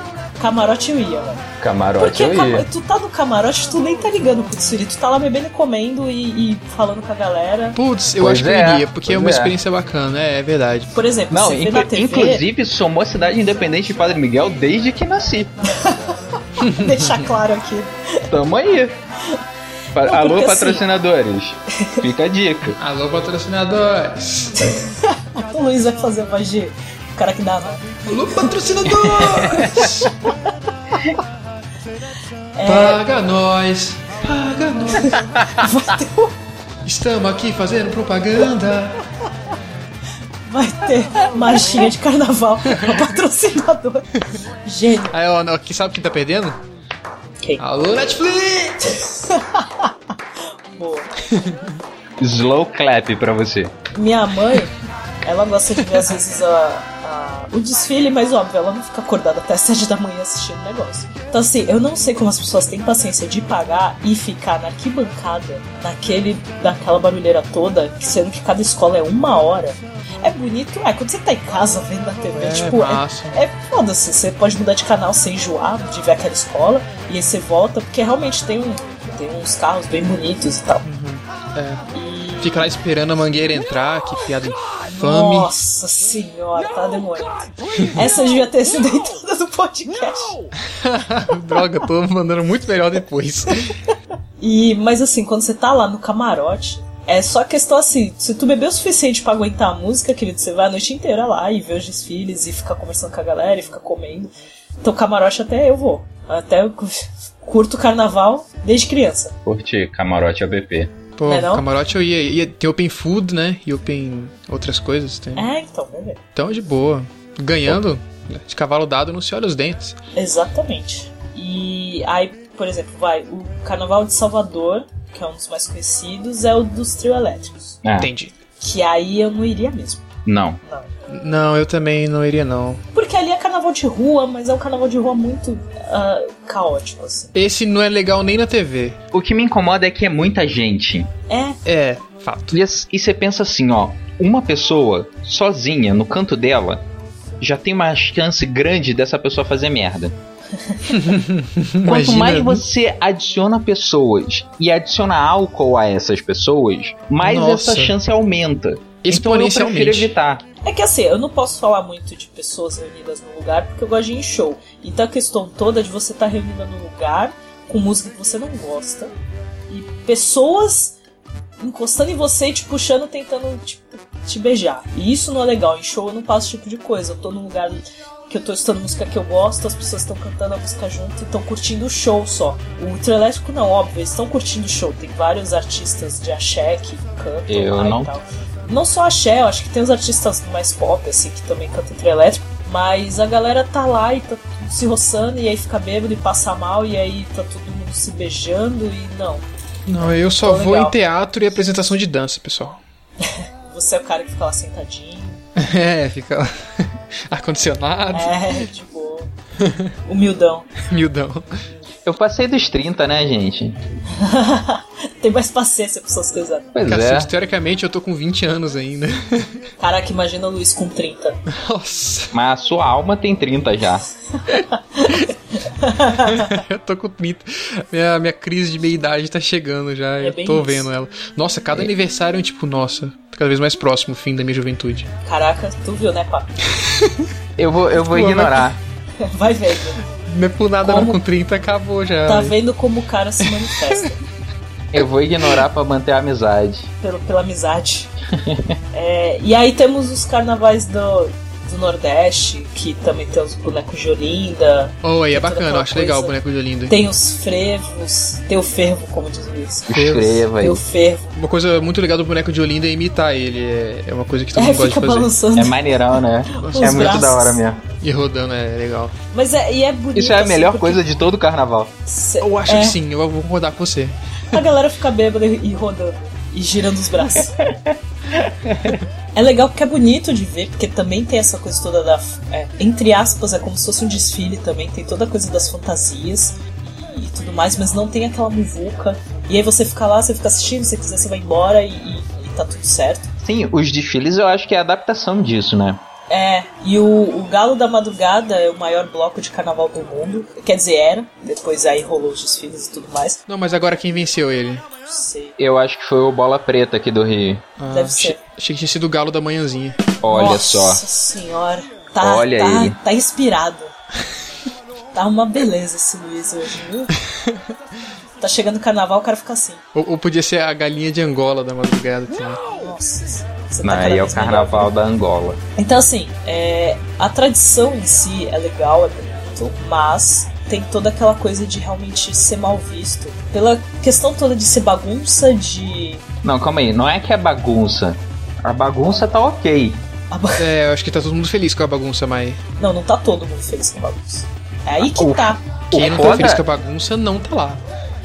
[SPEAKER 2] Camarote eu ia, mano.
[SPEAKER 1] É. Camarote
[SPEAKER 2] Porque
[SPEAKER 1] eu
[SPEAKER 2] cama-
[SPEAKER 1] ia.
[SPEAKER 2] tu tá no camarote, tu nem tá ligando pro desfile, tu tá lá bebendo e comendo e, e falando com a galera.
[SPEAKER 3] Putz, eu
[SPEAKER 1] Pois
[SPEAKER 3] acho que
[SPEAKER 1] é,
[SPEAKER 3] eu iria, porque é
[SPEAKER 1] pois
[SPEAKER 3] uma
[SPEAKER 1] é.
[SPEAKER 3] experiência bacana, é, é verdade.
[SPEAKER 2] Por exemplo,
[SPEAKER 1] Não,
[SPEAKER 2] você vê
[SPEAKER 1] inclu-
[SPEAKER 2] na TV, <laughs>
[SPEAKER 1] inclusive somou a cidade independente de Padre Miguel desde que nasci.
[SPEAKER 2] <laughs> deixar claro aqui.
[SPEAKER 1] Tamo aí. Pa-
[SPEAKER 2] Não,
[SPEAKER 1] Alô,
[SPEAKER 2] porque assim-
[SPEAKER 1] patrocinadores. Fica a dica.
[SPEAKER 3] Alô, patrocinadores!
[SPEAKER 2] <laughs> O Luiz vai fazer a voz de cara que dá.
[SPEAKER 1] <laughs>
[SPEAKER 3] Alô,
[SPEAKER 2] <laughs>
[SPEAKER 3] patrocinadores!
[SPEAKER 2] É.
[SPEAKER 3] Paga nós! Paga nós!
[SPEAKER 2] Vai ter, um-
[SPEAKER 3] Estamos aqui fazendo propaganda!
[SPEAKER 2] vai ter marchinha de carnaval com patrocinador. Gênio.
[SPEAKER 3] Aí, ó, não, quem sabe quem tá perdendo?
[SPEAKER 2] Quem?
[SPEAKER 3] Alô, Netflix!
[SPEAKER 2] Boa.
[SPEAKER 1] Slow clap pra você.
[SPEAKER 2] Minha mãe, ela gosta de ver às vezes a- a- o desfile, mas óbvio, ela não fica acordada até 7 da manhã assistindo o negócio. Então, assim, eu não sei como as pessoas têm paciência de pagar e ficar na arquibancada, naquele, naquela barulheira toda, sendo que cada escola é uma hora. É bonito, é, quando você tá em casa vendo na TV,
[SPEAKER 3] É,
[SPEAKER 2] tipo,
[SPEAKER 3] massa.
[SPEAKER 2] é, é foda-se, você pode mudar de canal sem enjoar de ver aquela escola, e aí você volta, porque realmente tem, um, tem uns carros bem bonitos e tal.
[SPEAKER 3] Fica lá esperando a mangueira entrar, que piada infame.
[SPEAKER 2] Nossa senhora, tá demorando. Essa devia ter sido a entrada do podcast.
[SPEAKER 3] <laughs> Droga, tô mandando muito melhor depois.
[SPEAKER 2] E, mas assim, quando você tá lá no camarote, é só questão assim: se tu beber o suficiente pra aguentar a música, querido, você vai a noite inteira lá e vê os desfiles e fica conversando com a galera e fica comendo. Então, camarote até eu vou. Até eu <laughs> cu- curto carnaval desde criança.
[SPEAKER 1] Curte camarote ABP.
[SPEAKER 3] Pô,
[SPEAKER 2] Não é não?
[SPEAKER 3] camarote eu ia, ia. Tem open food, né? E open outras coisas. Tem.
[SPEAKER 2] É, então, beleza.
[SPEAKER 3] Então, de boa. Ganhando, de cavalo dado, não se olha os dentes.
[SPEAKER 2] Exatamente. E aí, por exemplo, vai, o Carnaval de Salvador, que é um dos mais conhecidos, é o dos trio elétricos.
[SPEAKER 1] É,
[SPEAKER 3] Entendi.
[SPEAKER 2] Que aí eu não iria mesmo.
[SPEAKER 1] Não.
[SPEAKER 2] Não.
[SPEAKER 3] Não, eu também não iria, não.
[SPEAKER 2] Porque ali é carnaval de rua, mas é um carnaval de rua muito ah, caótico, assim.
[SPEAKER 3] Esse não é legal nem na TV.
[SPEAKER 1] O que me incomoda é que é muita gente.
[SPEAKER 2] É,
[SPEAKER 3] É, fato.
[SPEAKER 1] E as- e você pensa assim, ó, uma pessoa sozinha no canto dela já tem uma chance grande dessa pessoa fazer merda. Quanto
[SPEAKER 3] Imagina.
[SPEAKER 1] mais você adiciona pessoas e adiciona álcool a essas pessoas, mais
[SPEAKER 3] Nossa.
[SPEAKER 1] essa chance aumenta. Então eu prefiro
[SPEAKER 3] Exponencialmente.
[SPEAKER 1] evitar.
[SPEAKER 2] é que assim, eu não posso falar muito de pessoas reunidas no lugar, porque eu gosto de ir em show. Então a questão toda é de você estar reunida no lugar, com música que você não gosta, e pessoas encostando em você e te puxando, tentando tipo, te beijar. E isso não é legal. Em show eu não passo esse tipo de coisa. Eu tô num lugar que eu tô estudando música que eu gosto, as pessoas estão cantando a música junto e estão curtindo o show só. O trio elétrico não, óbvio, eles estão curtindo o show. Tem vários artistas de axé que cantam
[SPEAKER 1] Eu
[SPEAKER 2] lá
[SPEAKER 1] não.
[SPEAKER 2] e tal. Não só axé, eu acho que tem os artistas mais pop, assim, que também cantam trio elétrico, mas a galera tá lá e tá se roçando e aí fica bêbado e passa mal e aí tá todo mundo se beijando e não.
[SPEAKER 3] Não, eu só
[SPEAKER 2] Tô
[SPEAKER 3] vou
[SPEAKER 2] legal.
[SPEAKER 3] em teatro e apresentação de dança, pessoal. <laughs>
[SPEAKER 2] Você é o cara que fica lá sentadinho.
[SPEAKER 3] É, fica lá. <laughs> Ar-condicionado,
[SPEAKER 1] <laughs>
[SPEAKER 2] É, tipo. Humildão. <laughs>
[SPEAKER 1] É.
[SPEAKER 3] miudão.
[SPEAKER 1] Eu passei dos 30, né, gente?
[SPEAKER 2] Tem mais paciência com essas coisas.
[SPEAKER 1] Pois
[SPEAKER 3] Cacete,
[SPEAKER 1] é.
[SPEAKER 3] teoricamente eu tô com 20 anos ainda. <laughs>
[SPEAKER 2] Caraca, imagina o Luiz com 30.
[SPEAKER 3] Nossa,
[SPEAKER 1] Mas a sua alma tem 30 já.
[SPEAKER 3] eu tô com 30. Minha, minha crise de meia-idade tá chegando já,
[SPEAKER 2] É
[SPEAKER 3] eu
[SPEAKER 2] bem
[SPEAKER 3] tô
[SPEAKER 2] isso.
[SPEAKER 3] vendo ela. Nossa, cada aniversário é um tipo, nossa, tô cada vez mais próximo o fim da minha juventude.
[SPEAKER 2] Caraca, tu viu, né, papo?
[SPEAKER 1] Eu vou, eu vou
[SPEAKER 3] Pô, mas-
[SPEAKER 1] ignorar.
[SPEAKER 2] <laughs> Vai vendo.
[SPEAKER 3] Não é por nada,
[SPEAKER 2] Como?
[SPEAKER 3] não, com 30 acabou já.
[SPEAKER 2] Tá vendo como o cara se
[SPEAKER 1] <laughs>
[SPEAKER 2] manifesta
[SPEAKER 1] Eu vou ignorar pra manter a amizade.
[SPEAKER 2] pelo, pela amizade. É, e aí temos os carnavais do, do Nordeste, que também tem os bonecos de Olinda,
[SPEAKER 3] Oh, aí é
[SPEAKER 2] Tem toda
[SPEAKER 3] bacana, eu
[SPEAKER 2] aquela
[SPEAKER 3] acho legal o
[SPEAKER 2] coisa.
[SPEAKER 3] boneco de Olinda.
[SPEAKER 2] tem os frevos, tem o fervo, como diz o Luiz.
[SPEAKER 1] Escreva aí.
[SPEAKER 2] Tem o fervo.
[SPEAKER 3] Uma coisa muito legal do boneco de Olinda é imitar ele. É, é uma coisa que todo
[SPEAKER 2] É,
[SPEAKER 3] mundo gosta de
[SPEAKER 2] fica
[SPEAKER 3] fazer.
[SPEAKER 2] balançando.
[SPEAKER 1] É maneirão, né?
[SPEAKER 2] Os
[SPEAKER 1] é muito
[SPEAKER 2] braços.
[SPEAKER 1] da hora mesmo.
[SPEAKER 3] E rodando é legal.
[SPEAKER 2] Mas é, e é bonito.
[SPEAKER 1] Isso é a
[SPEAKER 2] assim,
[SPEAKER 1] melhor
[SPEAKER 2] porque
[SPEAKER 1] coisa de todo o carnaval.
[SPEAKER 2] cê-
[SPEAKER 3] Eu acho
[SPEAKER 2] é,
[SPEAKER 3] que sim, eu vou concordar com você.
[SPEAKER 2] A galera fica bêbada e rodando e girando os braços. É legal porque é bonito de ver, porque também tem essa coisa toda da. é, entre aspas, é como se fosse um desfile também, tem toda a coisa das fantasias e, e tudo mais, mas não tem aquela muvuca. E aí você fica lá, você fica assistindo, se quiser você vai embora e, e- e tá tudo certo.
[SPEAKER 1] Sim, os desfiles eu acho que é a adaptação disso, né?
[SPEAKER 2] É, e o, o Galo da Madrugada é o maior bloco de carnaval do mundo, quer dizer, era, depois aí rolou os desfiles e tudo mais.
[SPEAKER 3] Não, mas agora quem venceu ele?
[SPEAKER 2] Não sei,
[SPEAKER 1] Eu acho que foi o Bola Preta aqui do Rio.
[SPEAKER 3] Ah,
[SPEAKER 2] Deve
[SPEAKER 3] achei-
[SPEAKER 2] ser.
[SPEAKER 3] Achei que tinha sido o galo da manhãzinha.
[SPEAKER 1] Olha
[SPEAKER 2] Nossa
[SPEAKER 1] só.
[SPEAKER 2] senhora. Tá,
[SPEAKER 1] Olha
[SPEAKER 2] tá,
[SPEAKER 1] ele.
[SPEAKER 2] tá inspirado. Tá uma beleza esse Luiz hoje, viu? Tá chegando o carnaval, o cara fica assim.
[SPEAKER 3] Ou, ou podia ser a galinha de Angola da madrugada assim. também.
[SPEAKER 2] Nossa, você
[SPEAKER 1] Não,
[SPEAKER 2] tá
[SPEAKER 1] aí
[SPEAKER 2] cada
[SPEAKER 1] é o
[SPEAKER 2] vez melhor.
[SPEAKER 1] carnaval da Angola.
[SPEAKER 2] Então, assim, é, a tradição em si é legal, é bonito, mas tem toda aquela coisa de realmente ser mal visto. Pela questão toda de ser bagunça, de.
[SPEAKER 1] Não, calma aí, não é que é bagunça. A bagunça tá ok.
[SPEAKER 2] a ba-
[SPEAKER 3] É, eu acho que tá todo mundo feliz com a bagunça, mas
[SPEAKER 2] Não, não tá todo mundo feliz com bagunça. É aí que
[SPEAKER 1] Ufa.
[SPEAKER 2] tá.
[SPEAKER 1] O
[SPEAKER 3] quem não tá
[SPEAKER 1] foda-
[SPEAKER 3] feliz com a bagunça não tá lá.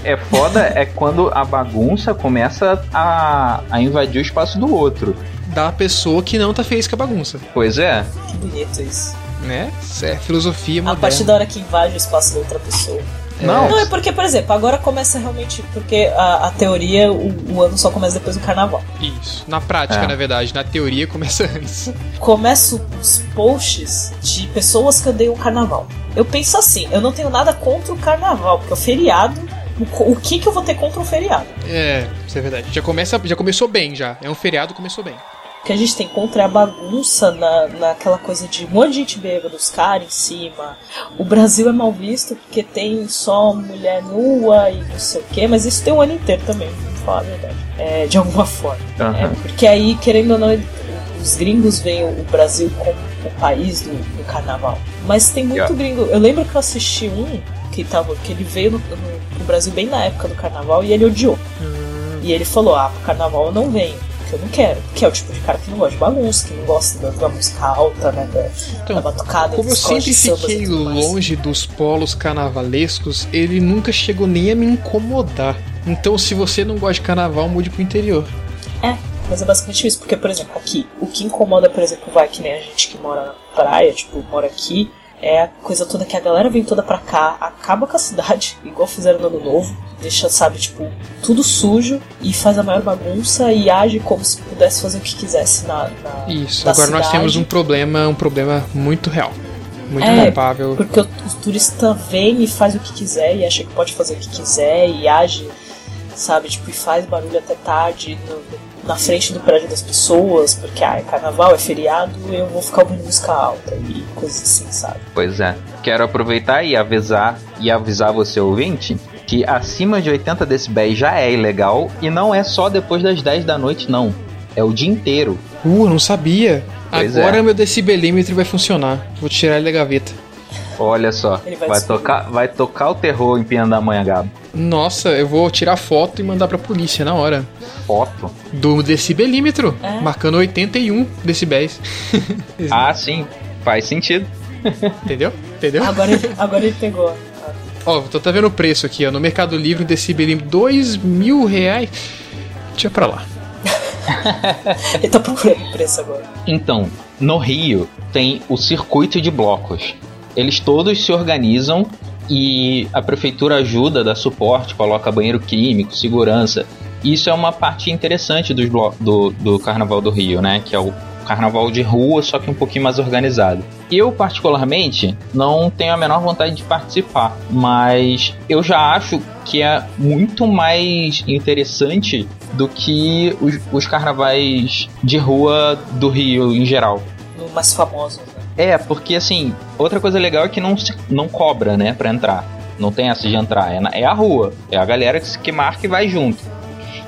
[SPEAKER 1] É foda é quando a bagunça começa a, a invadir o espaço do outro.
[SPEAKER 3] Da pessoa que não tá feliz com a bagunça,
[SPEAKER 1] Pois é.
[SPEAKER 2] Que bonito isso.
[SPEAKER 3] né? Isso é filosofia
[SPEAKER 2] A
[SPEAKER 3] moderna.
[SPEAKER 2] partir da hora que invade o espaço da outra pessoa.
[SPEAKER 1] Não.
[SPEAKER 2] Não, é porque, por exemplo, agora começa realmente. Porque a, a teoria, o, o ano só começa depois do carnaval.
[SPEAKER 3] Isso. Na prática,
[SPEAKER 1] É.
[SPEAKER 3] na verdade. Na teoria começa <laughs> antes.
[SPEAKER 2] começo os posts de pessoas que odeiam o carnaval. Eu penso assim, eu não tenho nada contra o carnaval, porque o feriado, o, co- o que que eu vou ter contra o feriado?
[SPEAKER 3] É, isso é verdade. Já, começa, já começou bem, já. É um feriado, começou bem.
[SPEAKER 2] O que a gente tem contra é a bagunça na, naquela coisa de um monte de gente bêbada, os caras em cima. O Brasil é mal visto porque tem só mulher nua e não sei o quê, mas isso tem o ano inteiro também, vamos falar a verdade. É, de alguma forma. É,
[SPEAKER 1] Aham.
[SPEAKER 2] porque aí, querendo ou não, ele- os gringos veem o Brasil como o país do, do carnaval. Mas tem muito
[SPEAKER 1] Yeah.
[SPEAKER 2] gringo. Eu lembro que eu assisti um que, tava, que ele veio no, no- pro Brasil bem na época do carnaval e ele odiou.
[SPEAKER 3] Hum.
[SPEAKER 2] E ele falou: Ah, pro carnaval eu não venho. porque Eu não quero, que é o tipo de cara que não gosta de bagunça, que não gosta da, da música alta, né? Da,
[SPEAKER 3] Então,
[SPEAKER 2] da batucada,
[SPEAKER 3] Como eu
[SPEAKER 2] dos
[SPEAKER 3] sempre
[SPEAKER 2] cortes, sambas e
[SPEAKER 3] fiquei
[SPEAKER 2] tudo mais.
[SPEAKER 3] longe dos polos carnavalescos, ele nunca chegou nem a me incomodar. Então, se você não gosta de carnaval, mude pro interior.
[SPEAKER 2] É, mas é basicamente isso, porque, por exemplo, aqui, o que incomoda, por exemplo, vai que nem a gente que mora na praia, tipo, mora aqui, é a coisa toda que a galera vem toda pra cá, acaba com a cidade, <laughs> igual fizeram no ano novo, deixa, sabe, tipo, tudo sujo e faz a maior bagunça e age como se pudesse fazer o que quisesse na. na
[SPEAKER 3] Isso.
[SPEAKER 2] da
[SPEAKER 3] Agora nós
[SPEAKER 2] cidade.
[SPEAKER 3] temos um problema, um problema muito real. Muito
[SPEAKER 2] É.
[SPEAKER 3] palpável.
[SPEAKER 2] Porque o, o turista vem e faz o que quiser e acha que pode fazer o que quiser e age, sabe? Tipo, e faz barulho até tarde no- no- na frente do prédio das pessoas, porque ah, é carnaval, é feriado, eu vou ficar ouvindo música alta e coisas assim, sabe?
[SPEAKER 1] Pois é. Quero aproveitar e avisar e avisar você ouvinte que acima de 80 decibéis já é ilegal e não é só depois das 10 da noite não. É o dia inteiro.
[SPEAKER 3] Uh, não sabia.
[SPEAKER 1] Pois
[SPEAKER 3] Agora
[SPEAKER 1] é.
[SPEAKER 3] meu decibelímetro vai funcionar. Vou tirar ele da gaveta.
[SPEAKER 1] Olha só,
[SPEAKER 2] Ele vai
[SPEAKER 1] vai
[SPEAKER 2] descobrir.
[SPEAKER 1] tocar, vai tocar o terror em Pindamonha, Gabo.
[SPEAKER 3] Nossa, eu vou tirar foto e mandar pra polícia na hora.
[SPEAKER 1] Foto.
[SPEAKER 3] Do decibelímetro,
[SPEAKER 2] É.
[SPEAKER 3] marcando 81 decibéis.
[SPEAKER 1] Ah, sim. Faz sentido.
[SPEAKER 3] Entendeu? Entendeu?
[SPEAKER 2] Agora, ele- agora ele pegou.
[SPEAKER 3] Ó, tô tá vendo o preço aqui, ó. No Mercado Livre, um decibelímetro, dois mil reais. Deixa pra lá.
[SPEAKER 2] Ele tá procurando preço agora.
[SPEAKER 1] Então, no Rio tem o circuito de blocos. Eles todos se organizam e a prefeitura ajuda, dá suporte, coloca banheiro químico, segurança. Isso é uma parte interessante dos blo- do, do Carnaval do Rio, né? Que é o carnaval de rua, só que um pouquinho mais organizado. Eu, particularmente, não tenho a menor vontade de participar, mas eu já acho que é muito mais interessante do que os, os carnavais de rua do Rio em geral.
[SPEAKER 2] No mais famoso. né?
[SPEAKER 1] É, porque assim, outra coisa legal é que não, se- não cobra, né, pra entrar. Não tem essa de entrar, é, na- é a rua, é a galera que, se- que marca e vai junto.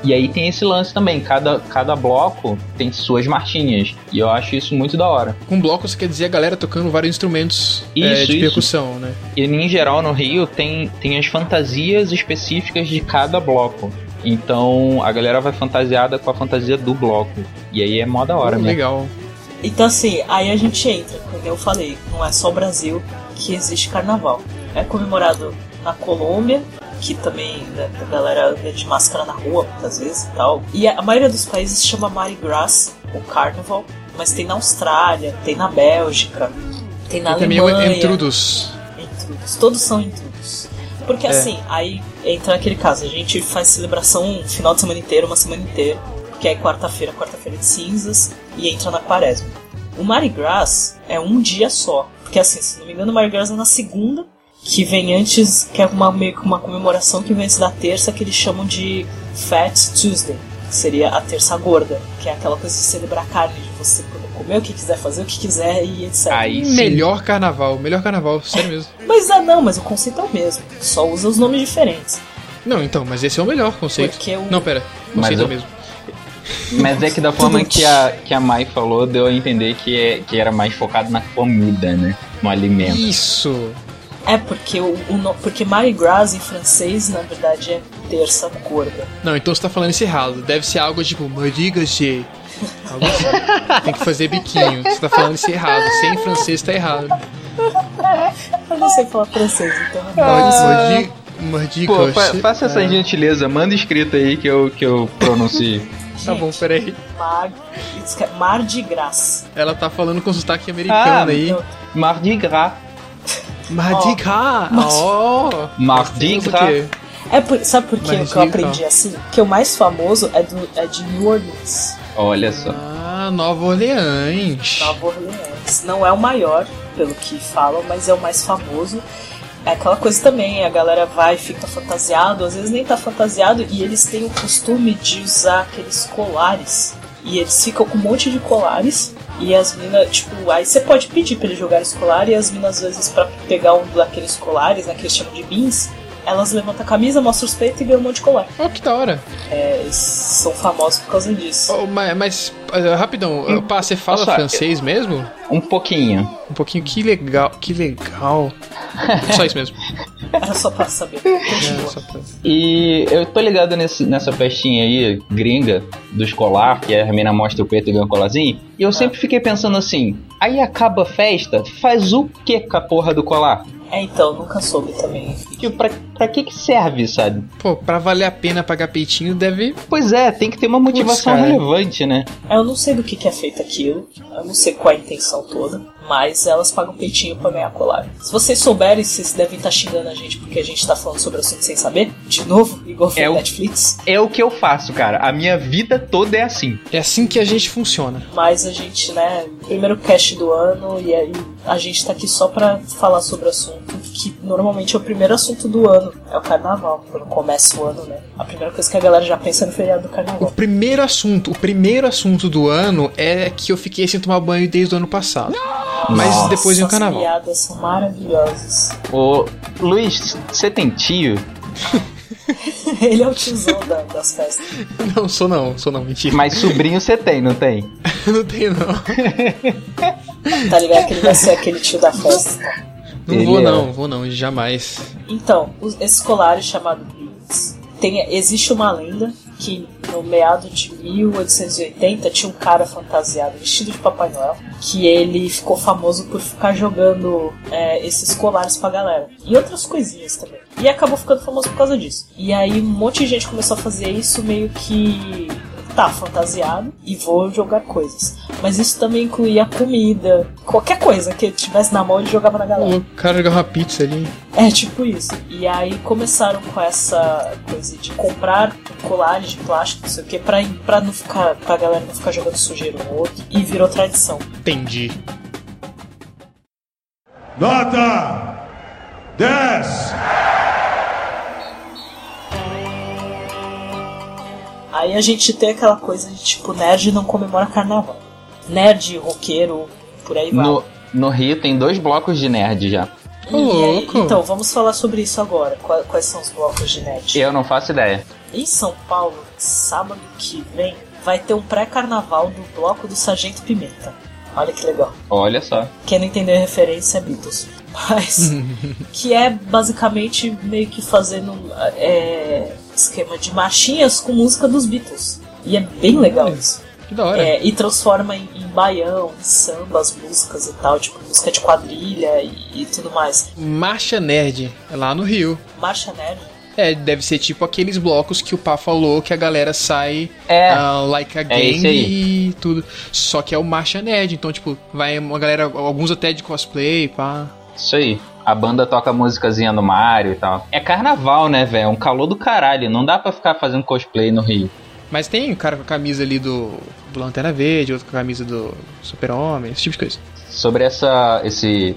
[SPEAKER 1] E aí tem esse lance também, cada, cada bloco tem suas marchinhas. E eu acho isso muito da hora.
[SPEAKER 3] Com blocos quer dizer a galera tocando vários instrumentos é,
[SPEAKER 1] Isso,
[SPEAKER 3] de
[SPEAKER 1] isso.
[SPEAKER 3] percussão, né?
[SPEAKER 1] E em geral no Rio tem, tem as fantasias específicas de cada bloco. Então a galera vai fantasiada com a fantasia do bloco. E aí é mó da hora
[SPEAKER 3] Pô,
[SPEAKER 1] mesmo.
[SPEAKER 3] Hum, legal.
[SPEAKER 2] Então, assim, aí a gente entra, como eu falei, não é só o Brasil que existe carnaval. É comemorado na Colômbia, que também né, a galera anda de máscara na rua muitas vezes e tal. E a maioria dos países chama Mardi Gras, ou Carnaval, mas tem na Austrália, tem na Bélgica, tem na
[SPEAKER 3] e também é um o
[SPEAKER 2] Alemanha.
[SPEAKER 3] Entrudos.
[SPEAKER 2] Intrudos. Todos são intrudos. Porque assim, aí entra aquele caso, a gente faz celebração um final de semana inteiro, uma semana inteira, porque aí quarta-feira, quarta-feira de cinzas, e entra na quaresma. O Mardi Gras é um dia só, porque assim, se não me engano, o Mardi Gras é na segunda, que vem antes, que é uma, meio que uma comemoração que vem antes da terça, que eles chamam de Fat Tuesday, que seria a terça gorda, que é aquela coisa de celebrar a carne, de você poder comer o que quiser, fazer o que quiser e etc.
[SPEAKER 1] Aí sim.
[SPEAKER 3] Melhor carnaval, melhor carnaval, sério mesmo.
[SPEAKER 2] Mas ah, não, mas o conceito é o mesmo. Só usa os nomes diferentes.
[SPEAKER 3] Não, então, mas esse é o melhor conceito.
[SPEAKER 2] Porque o-
[SPEAKER 3] Não, pera.
[SPEAKER 1] Mas
[SPEAKER 3] Conceito é
[SPEAKER 1] eu-
[SPEAKER 3] o mesmo.
[SPEAKER 1] Mas é que da forma que a, que a Mai falou, deu a entender que, é, que era mais focado na comida, né? No alimento.
[SPEAKER 3] Isso!
[SPEAKER 2] É porque o, o no- porque Mardi Gras em francês, na verdade, é terça corda.
[SPEAKER 3] Não, então você tá falando isso errado. Deve ser algo tipo, mariga-se. Algo assim. Tem que fazer biquinho. Você tá falando isso errado. Sem francês tá errado.
[SPEAKER 2] Eu não sei falar francês, então.
[SPEAKER 3] Mardi-
[SPEAKER 1] Pô, fa-
[SPEAKER 3] Mardigas-se.
[SPEAKER 1] faça essa gentileza, manda escrito aí que eu, que eu pronuncie.
[SPEAKER 3] Tá bom, peraí.
[SPEAKER 2] Mar, isso que é Mardi Gras.
[SPEAKER 3] Ela tá falando com sotaque americano
[SPEAKER 1] Ah,
[SPEAKER 3] aí.
[SPEAKER 2] meu.
[SPEAKER 1] Mardi Gras.
[SPEAKER 3] Mardi Gras! Ó!
[SPEAKER 1] Mardi
[SPEAKER 3] Temos o
[SPEAKER 1] Gras.
[SPEAKER 3] quê?
[SPEAKER 2] É por- sabe por que
[SPEAKER 3] Mardi
[SPEAKER 2] que eu
[SPEAKER 3] Gras.
[SPEAKER 2] aprendi assim? Que o mais famoso é, do, é de New Orleans,
[SPEAKER 1] Olha só.
[SPEAKER 3] Ah, Nova Orleans.
[SPEAKER 2] Nova Orleans. Não é o maior, pelo que falam, mas é o mais famoso. É aquela coisa também, a galera vai, fica fantasiado, às vezes nem tá fantasiado, e eles têm o costume de usar aqueles colares. E eles ficam com um monte de colares, e as minas, tipo, aí você pode pedir pra eles jogar esse colar, e as minas, às vezes, pra pegar um daqueles colares, né, que eles chamam de beans, elas levantam a camisa, mostram os peitos e ganham um monte de colar.
[SPEAKER 3] Ó, que da hora.
[SPEAKER 2] É, eles são famosos por causa disso.
[SPEAKER 3] Ó, Oh, ma- mas, ah, rapidão,
[SPEAKER 1] Hum.
[SPEAKER 3] pá, você fala
[SPEAKER 1] Nossa,
[SPEAKER 3] francês mesmo?
[SPEAKER 1] Um pouquinho.
[SPEAKER 3] Um pouquinho, que legal, que
[SPEAKER 1] <laughs>
[SPEAKER 3] legal. Só isso mesmo.
[SPEAKER 2] Era só pra saber.
[SPEAKER 3] É,
[SPEAKER 2] Continua.
[SPEAKER 3] só pra-
[SPEAKER 1] E eu tô ligado nesse- nessa festinha aí, gringa, do escolar, que a mina mostra o peito e ganha um colarzinho. E eu sempre fiquei pensando assim, aí acaba a festa, faz o que com a porra do colar?
[SPEAKER 2] É, então, nunca soube também.
[SPEAKER 1] Tipo, pra, pra que que serve, sabe?
[SPEAKER 3] Pô, pra valer a pena pagar peitinho, deve.
[SPEAKER 1] Pois é, tem que ter uma motivação
[SPEAKER 3] cara.
[SPEAKER 1] relevante, né?
[SPEAKER 2] Eu não sei do que, que é feito aquilo, eu não sei qual é a intenção toda, mas elas pagam peitinho pra ganhar colar. Se vocês souberem, vocês devem estar xingando a gente porque a gente tá falando sobre o assunto sem saber, de novo, <laughs> igual foi
[SPEAKER 1] É
[SPEAKER 2] o
[SPEAKER 1] o-
[SPEAKER 2] Netflix.
[SPEAKER 1] É o que eu faço, cara. A minha vida toda é assim.
[SPEAKER 3] É assim que a gente funciona.
[SPEAKER 2] Mas a gente, né, primeiro cast do ano e aí a gente tá aqui só pra falar sobre o assunto que normalmente é o primeiro assunto do ano, é o carnaval, quando começa o ano, né? A primeira coisa que a galera já pensa é no feriado do
[SPEAKER 3] O
[SPEAKER 2] carnaval.
[SPEAKER 3] primeiro assunto, o primeiro assunto do ano é que eu fiquei sem tomar banho desde o ano passado. Mas
[SPEAKER 1] Nossa,
[SPEAKER 3] depois vem o
[SPEAKER 2] Essas
[SPEAKER 3] carnaval.
[SPEAKER 2] piadas são maravilhosas. <laughs>
[SPEAKER 1] Ô, Luiz, você tem tio?
[SPEAKER 2] Ele é o tiozão da- das festas.
[SPEAKER 3] Não, sou não, sou não, mentira.
[SPEAKER 1] Mas sobrinho você tem, não tem?
[SPEAKER 3] <laughs> Não tenho não.
[SPEAKER 2] Tá ligado que ele vai ser aquele tio da festa.
[SPEAKER 3] Não
[SPEAKER 1] Ele
[SPEAKER 3] vou
[SPEAKER 1] é.
[SPEAKER 3] não, vou não, jamais.
[SPEAKER 2] Então, os- esse colar chamado Blitz, tem, existe uma lenda que no meado de 1880 tinha um cara fantasiado, vestido de Papai Noel, que ele ficou famoso por ficar jogando é, esses colares pra galera. E outras coisinhas também. E acabou ficando famoso por causa disso. E aí um monte de gente começou a fazer isso meio que tá fantasiado e vou jogar coisas. Mas isso também incluía comida, qualquer coisa que tivesse na mão ele jogava na galera.
[SPEAKER 3] O cara jogava uma pizza ali.
[SPEAKER 2] É tipo isso. E aí começaram com essa coisa de comprar colares de plástico, não sei o que, pra, pra não ficar. pra galera não ficar jogando sujeira no outro. E virou tradição.
[SPEAKER 3] Entendi.
[SPEAKER 5] Nota 10.
[SPEAKER 2] Aí a gente tem aquela coisa de tipo, nerd não comemora carnaval. Nerd, roqueiro, por aí vai.
[SPEAKER 1] No, no Rio tem dois blocos de nerd já.
[SPEAKER 2] E
[SPEAKER 3] Ô,
[SPEAKER 2] aí-
[SPEAKER 3] louco.
[SPEAKER 2] então, vamos falar sobre isso agora. Qua- Quais são os blocos de nerd?
[SPEAKER 1] Eu não faço ideia.
[SPEAKER 2] Em São Paulo, sábado que vem, vai ter um pré-carnaval do bloco do Sargento Pimenta. Olha que legal.
[SPEAKER 1] Olha só.
[SPEAKER 2] Quem não entendeu a referência é Beatles. <laughs> Mas. que é basicamente meio que fazendo é, esquema de marchinhas com música dos Beatles. E é bem legal isso.
[SPEAKER 3] Que da hora.
[SPEAKER 2] É, e transforma em, em baião, em samba, as músicas e tal, tipo música de quadrilha e, e tudo mais.
[SPEAKER 3] Marcha Nerd, é lá no Rio.
[SPEAKER 2] Marcha nerd. <laughs>
[SPEAKER 3] É, deve ser tipo aqueles blocos que o Pá falou que a galera sai
[SPEAKER 1] É.
[SPEAKER 3] ah, like a gang
[SPEAKER 1] esse aí.
[SPEAKER 3] e tudo. Só que é o Marcha Nerd, então, tipo, vai uma galera, alguns até de cosplay, pá.
[SPEAKER 1] Isso aí. A banda toca a musicazinha no Mario e tal. É carnaval, né, velho? É um calor do caralho. Não dá pra ficar fazendo cosplay no Rio.
[SPEAKER 3] Mas tem o cara com a camisa ali do, do Lanterna Verde, outro com a camisa do Super-Homem, esse tipo de coisa.
[SPEAKER 1] Sobre essa, esse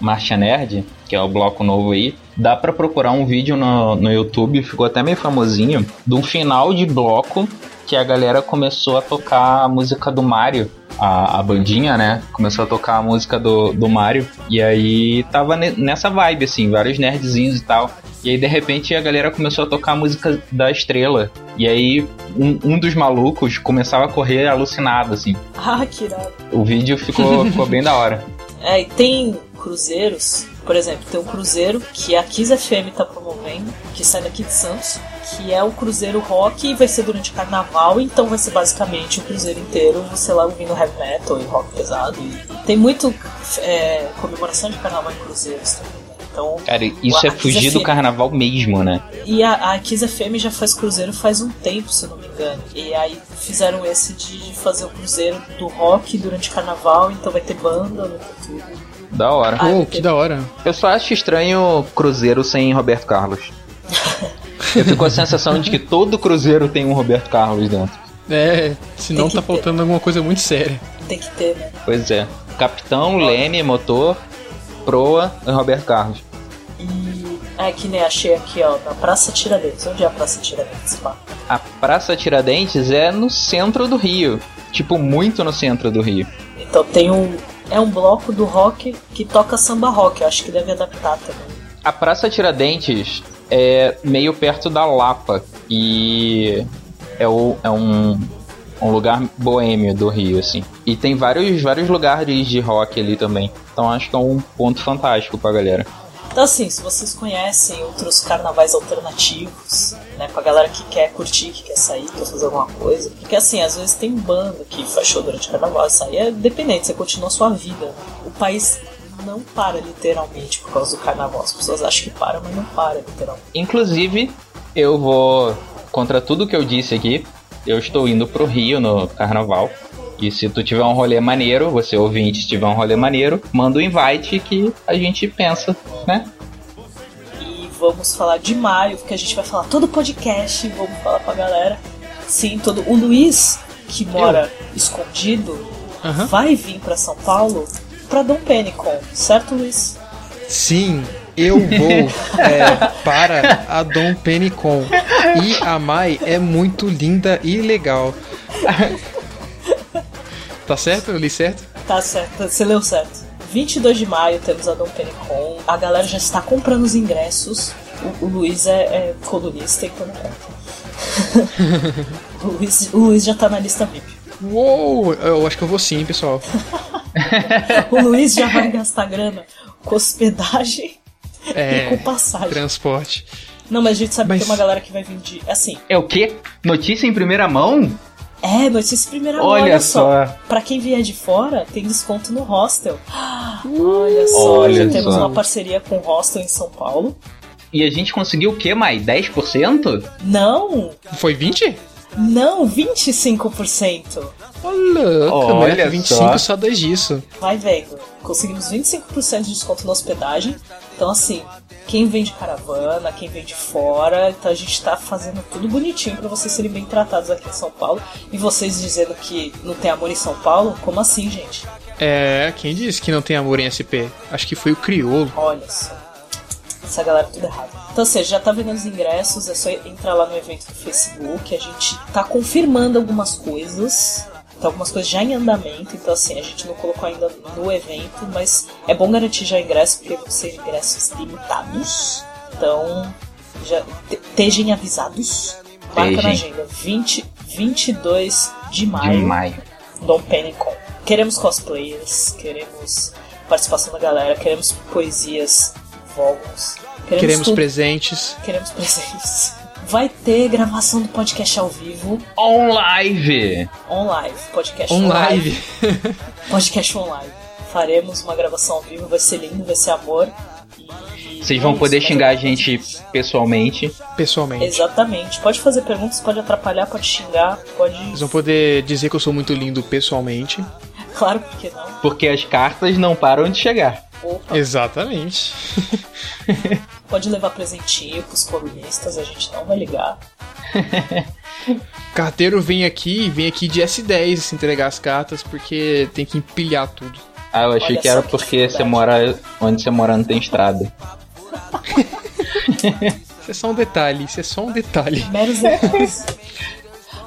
[SPEAKER 1] Marcha Nerd, que é o bloco novo aí, dá para procurar um vídeo no, no YouTube, ficou até meio famosinho, de um final de bloco que a galera começou a tocar a música do Mario. A, a bandinha, né? Começou a tocar a música do, do Mario. E aí tava ne- nessa vibe, assim, vários nerdzinhos e tal. E aí, de repente, a galera começou a tocar a música da estrela. E aí, um, um dos malucos começava a correr alucinado, assim.
[SPEAKER 2] Ah, que irado.
[SPEAKER 1] O vídeo ficou, ficou bem da hora.
[SPEAKER 2] É, e tem cruzeiros, por exemplo, tem um cruzeiro que a Kiss FM tá promovendo, que sai daqui de Santos, que é o cruzeiro rock e vai ser durante carnaval, então vai ser basicamente o cruzeiro inteiro, sei lá, ouvindo heavy metal e rock pesado. E tem muito é, comemoração de carnaval em cruzeiros também. né? Então,
[SPEAKER 1] Cara, isso é
[SPEAKER 2] a Kiss
[SPEAKER 1] fugir do
[SPEAKER 2] FM
[SPEAKER 1] carnaval mesmo, né?
[SPEAKER 2] E a, a Kiss FM já faz cruzeiro faz um tempo, se eu não me engano. E aí fizeram esse de fazer o cruzeiro do rock durante carnaval, então vai ter banda, vai ter tudo.
[SPEAKER 1] Da hora.
[SPEAKER 2] Ah,
[SPEAKER 3] Pô,
[SPEAKER 2] eu
[SPEAKER 3] que
[SPEAKER 2] tenho-
[SPEAKER 3] da hora.
[SPEAKER 1] Eu só acho estranho Cruzeiro sem Roberto Carlos. Eu fico com a sensação de que todo Cruzeiro tem um Roberto Carlos dentro.
[SPEAKER 3] É, senão
[SPEAKER 2] Tem que
[SPEAKER 3] tá faltando alguma coisa muito séria.
[SPEAKER 2] Tem que ter, né?
[SPEAKER 1] Pois é. Capitão, Leme, motor, proa e Roberto Carlos.
[SPEAKER 2] E é que nem achei aqui, ó, na Praça Tiradentes. Onde é a Praça Tiradentes, pá?
[SPEAKER 1] A Praça Tiradentes é no centro do Rio. Tipo, muito no centro do Rio.
[SPEAKER 2] Então tem um. É um bloco do rock que toca samba rock, eu acho que deve adaptar também.
[SPEAKER 1] A Praça Tiradentes é meio perto da Lapa e é, o- é um, um lugar boêmio do Rio, assim. E tem vários, vários lugares de rock ali também. Então acho que é um ponto fantástico pra galera.
[SPEAKER 2] Então assim, se vocês conhecem outros carnavais alternativos, né, pra galera que quer curtir, que quer sair, quer fazer alguma coisa. Porque assim, às vezes tem banda que faz show durante o carnaval, isso aí é dependente, você continua a sua vida. né? O país não para literalmente por causa do carnaval. As pessoas acham que para, mas não para literalmente.
[SPEAKER 1] Inclusive, eu vou contra tudo que eu disse aqui. Eu estou indo pro Rio no carnaval. E se tu tiver um rolê maneiro, você ouvinte, se tiver um rolê maneiro, manda o invite que a gente pensa, né?
[SPEAKER 2] E vamos falar de maio, porque a gente vai falar todo o podcast, vamos falar pra galera. Sim, todo. O Luiz, que mora escondido,
[SPEAKER 3] Aham.
[SPEAKER 2] vai vir pra São Paulo pra Dom Penicon, certo, Luiz?
[SPEAKER 3] Sim, eu vou é, para a Dom Penicon. E a Mai é muito linda e legal. Tá certo? Eu li certo?
[SPEAKER 2] Tá certo, você leu certo. 22 de maio temos a Dom Penicon. A galera já está comprando os ingressos. O, o Luiz é, é colunista, então não conta. <laughs> o, Luiz, o Luiz já tá na lista VIP.
[SPEAKER 3] Uou! Eu acho que eu vou sim, pessoal.
[SPEAKER 2] O Luiz já vai gastar grana com hospedagem e
[SPEAKER 3] É.
[SPEAKER 2] com passagem.
[SPEAKER 3] Transporte.
[SPEAKER 2] Não, mas a gente sabe
[SPEAKER 3] Mas-
[SPEAKER 2] que tem uma galera que vai vir de. Assim,
[SPEAKER 1] É o quê? Notícia em primeira mão?
[SPEAKER 2] é, notícia de primeira mão,
[SPEAKER 1] Olha
[SPEAKER 2] só.
[SPEAKER 1] só.
[SPEAKER 2] Pra quem vier de fora, tem desconto no hostel. Ah, Olha só,
[SPEAKER 1] Olha
[SPEAKER 2] já temos
[SPEAKER 1] só.
[SPEAKER 2] uma parceria com o hostel em São Paulo.
[SPEAKER 1] E a gente conseguiu o quê, Mai? 10%?
[SPEAKER 2] Não,
[SPEAKER 3] Foi 20?
[SPEAKER 2] não, 25%.
[SPEAKER 1] Olha
[SPEAKER 3] Olha, Olha 25
[SPEAKER 1] só.
[SPEAKER 3] só. dois disso.
[SPEAKER 2] Vai vendo, conseguimos 25% de desconto na hospedagem. Então, assim, quem vem de caravana, quem vem de fora, então a gente tá fazendo tudo bonitinho pra vocês serem bem tratados aqui em São Paulo. E vocês dizendo que não tem amor em São Paulo? Como assim, gente?
[SPEAKER 3] É, quem disse que não tem amor em SP? Acho que foi o Criolo.
[SPEAKER 2] Olha só. Essa galera tudo errada. Então, assim, já tá vendendo os ingressos, é só entrar lá no evento do Facebook. A gente tá confirmando algumas coisas. Tá algumas coisas já em andamento, então assim, a gente não colocou ainda no evento, mas é bom garantir já ingresso, porque vão ser ingressos limitados. Então, já te- estejam avisados. Marca na
[SPEAKER 1] Estejam.
[SPEAKER 2] agenda, 20, 22 de maio.
[SPEAKER 1] De maio.
[SPEAKER 2] Dom Penicon. Queremos cosplayers, queremos participação da galera, queremos poesias, vogos, queremos,
[SPEAKER 3] Queremos
[SPEAKER 2] tudo,
[SPEAKER 3] presentes.
[SPEAKER 2] queremos presentes. Vai ter gravação do podcast ao vivo,
[SPEAKER 1] On live!
[SPEAKER 2] on live, podcast
[SPEAKER 3] On live.
[SPEAKER 2] podcast on live. Faremos uma gravação ao vivo, vai ser lindo, vai ser amor. E
[SPEAKER 1] Vocês
[SPEAKER 2] é
[SPEAKER 1] vão
[SPEAKER 2] isso,
[SPEAKER 1] poder
[SPEAKER 2] vai-
[SPEAKER 1] xingar a gente pessoalmente.
[SPEAKER 3] Pessoalmente.
[SPEAKER 2] Exatamente. Pode fazer perguntas, pode atrapalhar, pode xingar, pode.
[SPEAKER 3] Vocês vão poder dizer que eu sou muito lindo pessoalmente.
[SPEAKER 2] Claro, porque não.
[SPEAKER 1] Porque as cartas não param de chegar.
[SPEAKER 2] Opa.
[SPEAKER 3] Exatamente.
[SPEAKER 2] Pode levar presentinho pros colunistas, a gente não vai ligar.
[SPEAKER 3] Carteiro vem aqui, vem aqui de S10 se entregar as cartas, porque tem que empilhar tudo.
[SPEAKER 1] Ah, eu achei
[SPEAKER 2] Olha
[SPEAKER 1] que era
[SPEAKER 2] só que
[SPEAKER 1] porque você
[SPEAKER 2] dificuldade.
[SPEAKER 1] mora onde você mora não tem estrada.
[SPEAKER 3] Isso é só um detalhe, isso é só um detalhe. <laughs>
[SPEAKER 2] Meros detalhes.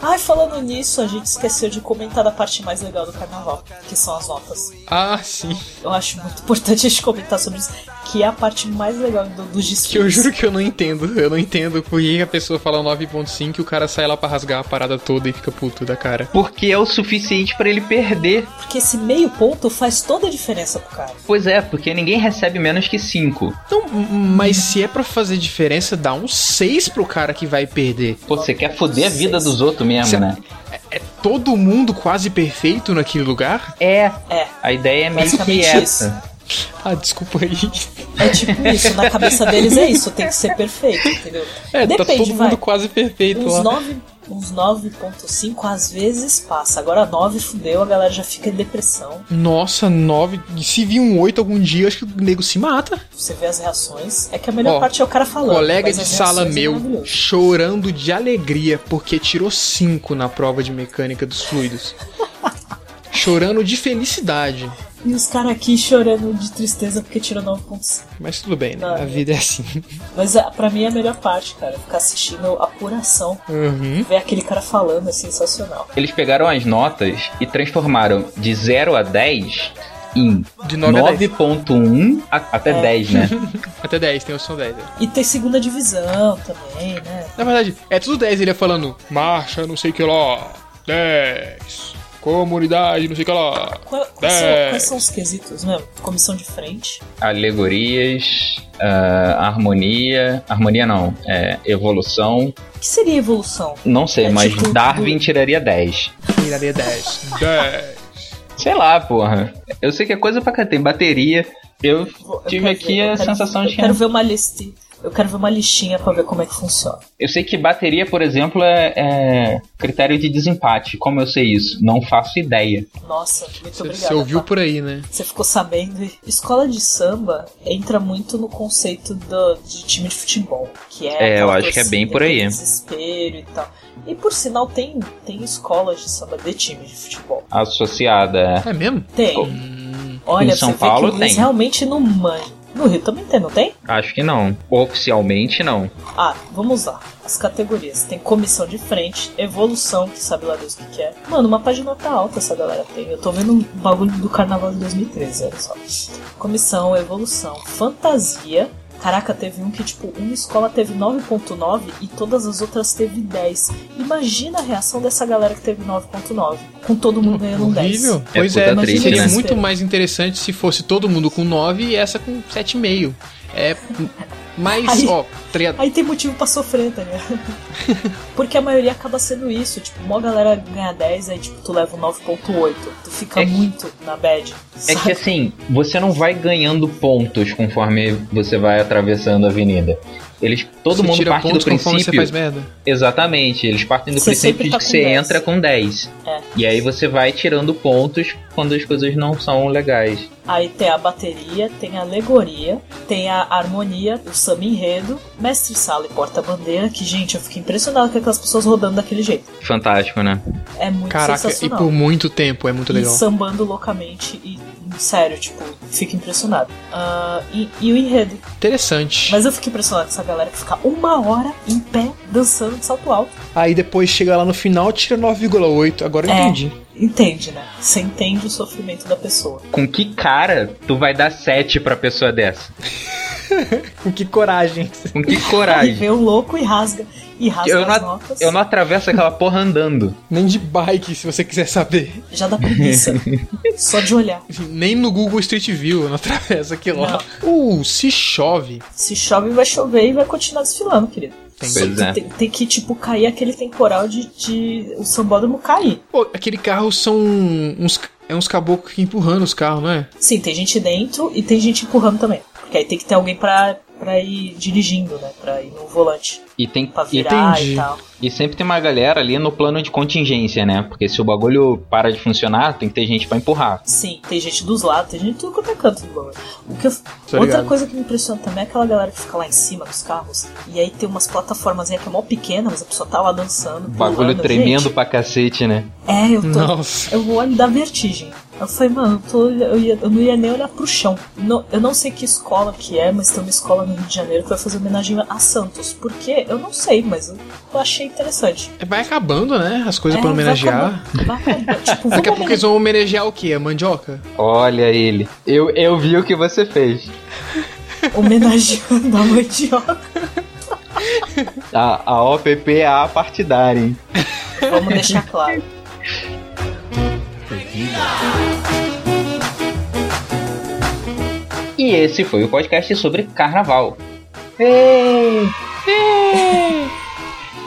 [SPEAKER 2] Ai, falando nisso, a gente esqueceu de comentar da parte mais legal do carnaval, que são as notas.
[SPEAKER 3] Ah, sim.
[SPEAKER 2] Eu acho muito importante a gente comentar sobre isso, que é a parte mais legal do, dos
[SPEAKER 3] Que eu
[SPEAKER 2] desfiles.
[SPEAKER 3] juro que eu não entendo. Eu não entendo por que a pessoa fala 9.5 e o cara sai lá pra rasgar a parada toda e fica puto da cara.
[SPEAKER 1] Porque é o suficiente pra ele perder.
[SPEAKER 2] Porque esse meio ponto faz toda a diferença pro cara.
[SPEAKER 1] Pois é, porque ninguém recebe menos que 5.
[SPEAKER 3] Então, mas se é pra fazer diferença, dá um 6 pro cara que vai perder.
[SPEAKER 1] Pô, você quer foder a vida dos outros mesmo,
[SPEAKER 3] Cê-
[SPEAKER 1] né?
[SPEAKER 3] É todo mundo quase perfeito naquele lugar?
[SPEAKER 1] É.
[SPEAKER 2] É.
[SPEAKER 1] A ideia é meio que
[SPEAKER 2] Basicamente isso.
[SPEAKER 1] essa.
[SPEAKER 3] Ah, desculpa aí.
[SPEAKER 2] É tipo isso, na cabeça deles é isso, tem que ser perfeito, entendeu?
[SPEAKER 3] É, tá
[SPEAKER 2] Depende,
[SPEAKER 3] todo
[SPEAKER 2] vai.
[SPEAKER 3] mundo quase perfeito
[SPEAKER 2] Uns
[SPEAKER 3] lá.
[SPEAKER 2] 9, uns 9.5 às vezes passa. Agora 9 fudeu, a galera já fica em depressão.
[SPEAKER 3] Nossa, 9. Se vir um 8 algum dia, acho que o nego se mata.
[SPEAKER 2] Você vê as reações. É que a melhor
[SPEAKER 3] Ó,
[SPEAKER 2] parte é o cara falando.
[SPEAKER 3] Colega
[SPEAKER 2] mas
[SPEAKER 3] de
[SPEAKER 2] as
[SPEAKER 3] sala
[SPEAKER 2] reações é
[SPEAKER 3] meu
[SPEAKER 2] maravilhoso.
[SPEAKER 3] chorando de alegria porque tirou 5 na prova de mecânica dos fluidos. chorando de felicidade.
[SPEAKER 2] E os caras aqui chorando de tristeza porque tirou 9.5.
[SPEAKER 3] Mas tudo bem, né?
[SPEAKER 2] Ah,
[SPEAKER 3] A vida é assim.
[SPEAKER 2] Mas é, pra mim é a melhor parte, cara. Ficar assistindo a apuração.
[SPEAKER 3] Uhum.
[SPEAKER 2] Ver aquele cara falando é sensacional.
[SPEAKER 1] Eles pegaram as notas e transformaram de 0 a 10 em
[SPEAKER 3] De 9 a 10.
[SPEAKER 1] 9.1 a- até 10, né?
[SPEAKER 3] Até 10, tem opção 10. né?
[SPEAKER 2] E tem segunda divisão também, né?
[SPEAKER 3] Na verdade, é tudo 10 ele ia falando. Marcha, não sei o que lá. 10. Comunidade, não sei o que lá.
[SPEAKER 2] Qual- quais, são,
[SPEAKER 3] Dez.
[SPEAKER 2] quais são os quesitos mesmo? Comissão de frente.
[SPEAKER 1] <laughs> Alegorias, ah, harmonia. Harmonia não, é evolução.
[SPEAKER 2] O que seria evolução?
[SPEAKER 1] Não sei,
[SPEAKER 2] É
[SPEAKER 1] mas
[SPEAKER 2] tipo-
[SPEAKER 1] Darwin tiraria 10.
[SPEAKER 2] <laughs>
[SPEAKER 3] Tiraria 10. 10.
[SPEAKER 1] Sei lá, porra. Eu sei que é coisa pra cá, tem bateria. Eu
[SPEAKER 2] Vou- eu
[SPEAKER 1] tive
[SPEAKER 2] quero
[SPEAKER 1] aqui
[SPEAKER 2] ver, eu
[SPEAKER 1] a
[SPEAKER 2] quero-
[SPEAKER 1] sensação de
[SPEAKER 2] Eu
[SPEAKER 1] que. é.
[SPEAKER 2] quero ver uma lista. Eu quero ver uma listinha pra ver como é que funciona.
[SPEAKER 1] Eu sei que bateria, por exemplo, é, é critério de desempate. Como eu sei isso? Não faço ideia.
[SPEAKER 2] Nossa, muito
[SPEAKER 3] Você,
[SPEAKER 2] obrigada. tá.
[SPEAKER 3] você ouviu
[SPEAKER 2] Fá.
[SPEAKER 3] por aí, né?
[SPEAKER 2] Você ficou sabendo. Escola de samba entra muito no conceito do, de time de futebol, que é.
[SPEAKER 1] É, eu
[SPEAKER 2] aquela
[SPEAKER 1] acho que é bem
[SPEAKER 2] torcida,
[SPEAKER 1] por aí.
[SPEAKER 2] aquele Desespero e tal. E por sinal tem tem escolas de samba de time de futebol.
[SPEAKER 1] Associada.
[SPEAKER 3] É mesmo?
[SPEAKER 2] Tem.
[SPEAKER 3] Hum.
[SPEAKER 2] Olha,
[SPEAKER 1] Em São
[SPEAKER 2] você
[SPEAKER 1] Paulo
[SPEAKER 2] vê que o Luiz
[SPEAKER 1] tem.
[SPEAKER 2] realmente não manja. No Rio também tem, não tem?
[SPEAKER 1] Acho que não. Oficialmente não.
[SPEAKER 2] Ah, vamos lá. As categorias. Tem comissão de frente, evolução, que sabe lá Deus o que, que é. Mano, uma página tá alta essa galera tem. Eu tô vendo um bagulho do carnaval de 2013, olha só. Comissão, evolução, fantasia. Caraca, teve um que, tipo, uma escola teve 9.9 e todas as outras teve 10. Imagina a reação dessa galera que teve 9.9. Com todo mundo ganhando um 10.
[SPEAKER 3] <laughs> Horrível.
[SPEAKER 1] É
[SPEAKER 3] pois
[SPEAKER 1] puta
[SPEAKER 3] é,
[SPEAKER 1] triste,
[SPEAKER 3] seria
[SPEAKER 2] né?
[SPEAKER 3] muito mais interessante se fosse todo mundo com 9 e essa com 7,5. É. Mas,
[SPEAKER 2] Aí-
[SPEAKER 3] ó, tria-
[SPEAKER 2] Aí tem motivo pra sofrer, tá ligado? Porque a maioria acaba sendo isso. Tipo, mó galera ganha 10, aí tipo, tu leva um 9.8. Tu fica
[SPEAKER 1] É que-
[SPEAKER 2] muito na bad.
[SPEAKER 1] É
[SPEAKER 2] sabe?
[SPEAKER 1] que assim, você não vai ganhando pontos conforme você vai atravessando a avenida. Eles, todo
[SPEAKER 3] você
[SPEAKER 1] mundo
[SPEAKER 3] tira
[SPEAKER 1] parte do
[SPEAKER 3] pontos conforme você
[SPEAKER 1] princípio.
[SPEAKER 3] faz merda.
[SPEAKER 1] Exatamente, eles partem do
[SPEAKER 2] Você
[SPEAKER 1] princípio
[SPEAKER 2] sempre
[SPEAKER 1] de
[SPEAKER 2] tá
[SPEAKER 1] que
[SPEAKER 2] com
[SPEAKER 1] você
[SPEAKER 2] 10.
[SPEAKER 1] entra com 10.
[SPEAKER 2] É.
[SPEAKER 1] E aí você vai tirando pontos quando as coisas não são legais.
[SPEAKER 2] Aí tem a bateria, tem a alegoria, tem a harmonia, o samba enredo, mestre sala e porta-bandeira, que, gente, eu fiquei impressionado com aquelas pessoas rodando daquele jeito.
[SPEAKER 1] Fantástico, né?
[SPEAKER 2] É muito
[SPEAKER 3] Caraca, e
[SPEAKER 2] sensacional.
[SPEAKER 3] por muito tempo é muito
[SPEAKER 2] e
[SPEAKER 3] legal.
[SPEAKER 2] sambando loucamente e, sério, tipo, fico impressionado. Ah, e- e o enredo,
[SPEAKER 3] Interessante.
[SPEAKER 2] Mas eu fiquei impressionado com essa galera que fica uma hora em pé dançando de salto alto.
[SPEAKER 3] Aí depois chega lá no final, tira 9,8. Agora eu
[SPEAKER 2] É.
[SPEAKER 3] entendi.
[SPEAKER 2] Entende, né? Você entende o sofrimento da pessoa.
[SPEAKER 1] Com que cara tu vai dar 7 pra pessoa dessa?
[SPEAKER 3] Com que coragem.
[SPEAKER 1] Com que
[SPEAKER 2] Aí <laughs>
[SPEAKER 1] coragem?
[SPEAKER 2] vem o louco e rasga. E rasga
[SPEAKER 1] Eu não,
[SPEAKER 2] as
[SPEAKER 1] at-
[SPEAKER 2] notas.
[SPEAKER 1] eu não atravesso aquela porra andando.
[SPEAKER 3] Nem de bike, se você quiser saber.
[SPEAKER 2] Já dá
[SPEAKER 1] <laughs>
[SPEAKER 2] preguiça. Só de olhar.
[SPEAKER 3] Nem no Google Street View, não <laughs> atravessa aquilo lá. Uh, se chove.
[SPEAKER 2] Se chove, vai chover e vai continuar desfilando, querido.
[SPEAKER 3] Tem-
[SPEAKER 1] Pois é.
[SPEAKER 2] Tem, tem que, tipo, cair aquele temporal de, de o sambódromo cair.
[SPEAKER 3] Pô, aquele carro são uns, é uns caboclos que empurrando os carros, não é?
[SPEAKER 2] Sim, tem gente dentro e tem gente empurrando também. Porque aí tem que ter alguém pra, pra ir dirigindo, né? Pra ir no volante.
[SPEAKER 1] E tem
[SPEAKER 2] pra
[SPEAKER 1] e,
[SPEAKER 2] virar
[SPEAKER 3] entendi.
[SPEAKER 2] e tal.
[SPEAKER 1] e sempre tem uma galera ali no plano de contingência, né? Porque se o bagulho para de funcionar, tem que ter gente pra empurrar.
[SPEAKER 2] Sim, tem gente dos lados, tem gente de tudo quanto é canto do bagulho. O que eu- Outra
[SPEAKER 3] ligado.
[SPEAKER 2] coisa que me impressiona também é aquela galera que fica lá em cima dos carros e aí tem umas plataformas que é mó pequena, mas a pessoa tá lá dançando.
[SPEAKER 1] Bagulho
[SPEAKER 2] pulando.
[SPEAKER 1] tremendo
[SPEAKER 2] Gente,
[SPEAKER 1] pra cacete, né?
[SPEAKER 2] é, eu tô.
[SPEAKER 3] Nossa.
[SPEAKER 2] Eu olho da vertigem. Eu falei, mano, eu, tô, eu, ia- eu não ia nem olhar pro chão. No- eu não sei que escola que é, mas tem uma escola no Rio de Janeiro que vai fazer homenagem a Santos. Por quê? Eu não sei, mas eu, eu achei interessante.
[SPEAKER 3] É, Vai acabando, né? As coisas
[SPEAKER 2] É,
[SPEAKER 3] pra homenagear.
[SPEAKER 2] Vai acabar, vai acabar. Tipo,
[SPEAKER 3] Daqui a
[SPEAKER 2] vamos
[SPEAKER 3] pouco eles vão homenagear o quê? A mandioca?
[SPEAKER 1] Olha ele. Eu, eu vi o que você fez.
[SPEAKER 2] <laughs> homenageando a
[SPEAKER 3] <laughs>
[SPEAKER 2] mandioca.
[SPEAKER 1] A, a OPP é a partidária, hein?
[SPEAKER 2] Vamos deixar claro.
[SPEAKER 1] E esse foi o podcast sobre carnaval.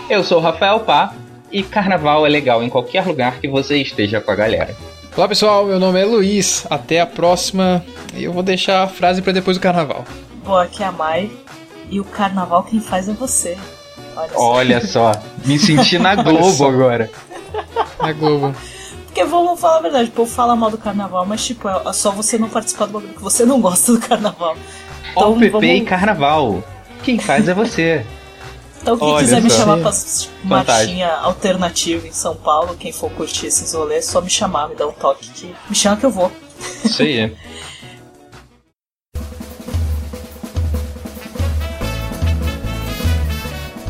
[SPEAKER 1] Eu sou o Rafael Pá e carnaval é legal em qualquer lugar que você esteja com a galera.
[SPEAKER 3] Olá pessoal, meu nome é Luiz. Até a próxima. E eu vou deixar a frase pra depois do carnaval.
[SPEAKER 2] Boa, aqui é a Mai. E o carnaval quem faz é você. Olha só.
[SPEAKER 1] Olha só, me senti na Globo agora.
[SPEAKER 3] Na Globo.
[SPEAKER 2] <laughs> Porque vamos falar a verdade, o povo fala mal do carnaval, mas tipo, é só você não participar do bagulho, que você não <laughs> gosta do carnaval. Então,
[SPEAKER 1] OPP e
[SPEAKER 2] vamos-
[SPEAKER 1] carnaval. Quem faz é você.
[SPEAKER 2] Então quem
[SPEAKER 1] Olha
[SPEAKER 2] quiser me
[SPEAKER 1] só.
[SPEAKER 2] chamar pra assistir
[SPEAKER 1] Fantástico.
[SPEAKER 2] marchinha alternativa em São Paulo, quem for curtir esses rolês, é só me chamar, me dá um toque que. Me chama que eu vou.
[SPEAKER 1] Isso aí.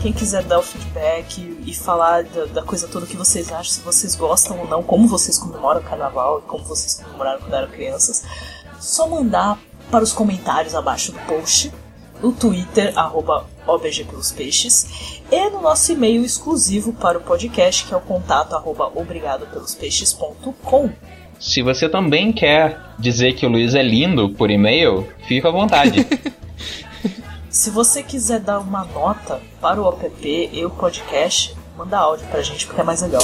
[SPEAKER 2] Quem quiser dar o feedback e falar da, da coisa toda que vocês acham, se vocês gostam ou não, como vocês comemoram o carnaval e como vocês comemoraram quando eram crianças, só mandar para os comentários abaixo do post, no Twitter, arroba OBG pelos peixes, e no nosso e-mail exclusivo para o podcast, que é o contato arroba obrigadopelospeixes.com.
[SPEAKER 1] Se você também quer dizer que o Luiz é lindo por e-mail, fica à
[SPEAKER 2] <laughs>
[SPEAKER 1] vontade.
[SPEAKER 2] Se você quiser dar uma nota para o OPP e o podcast, manda áudio pra gente, porque é mais legal.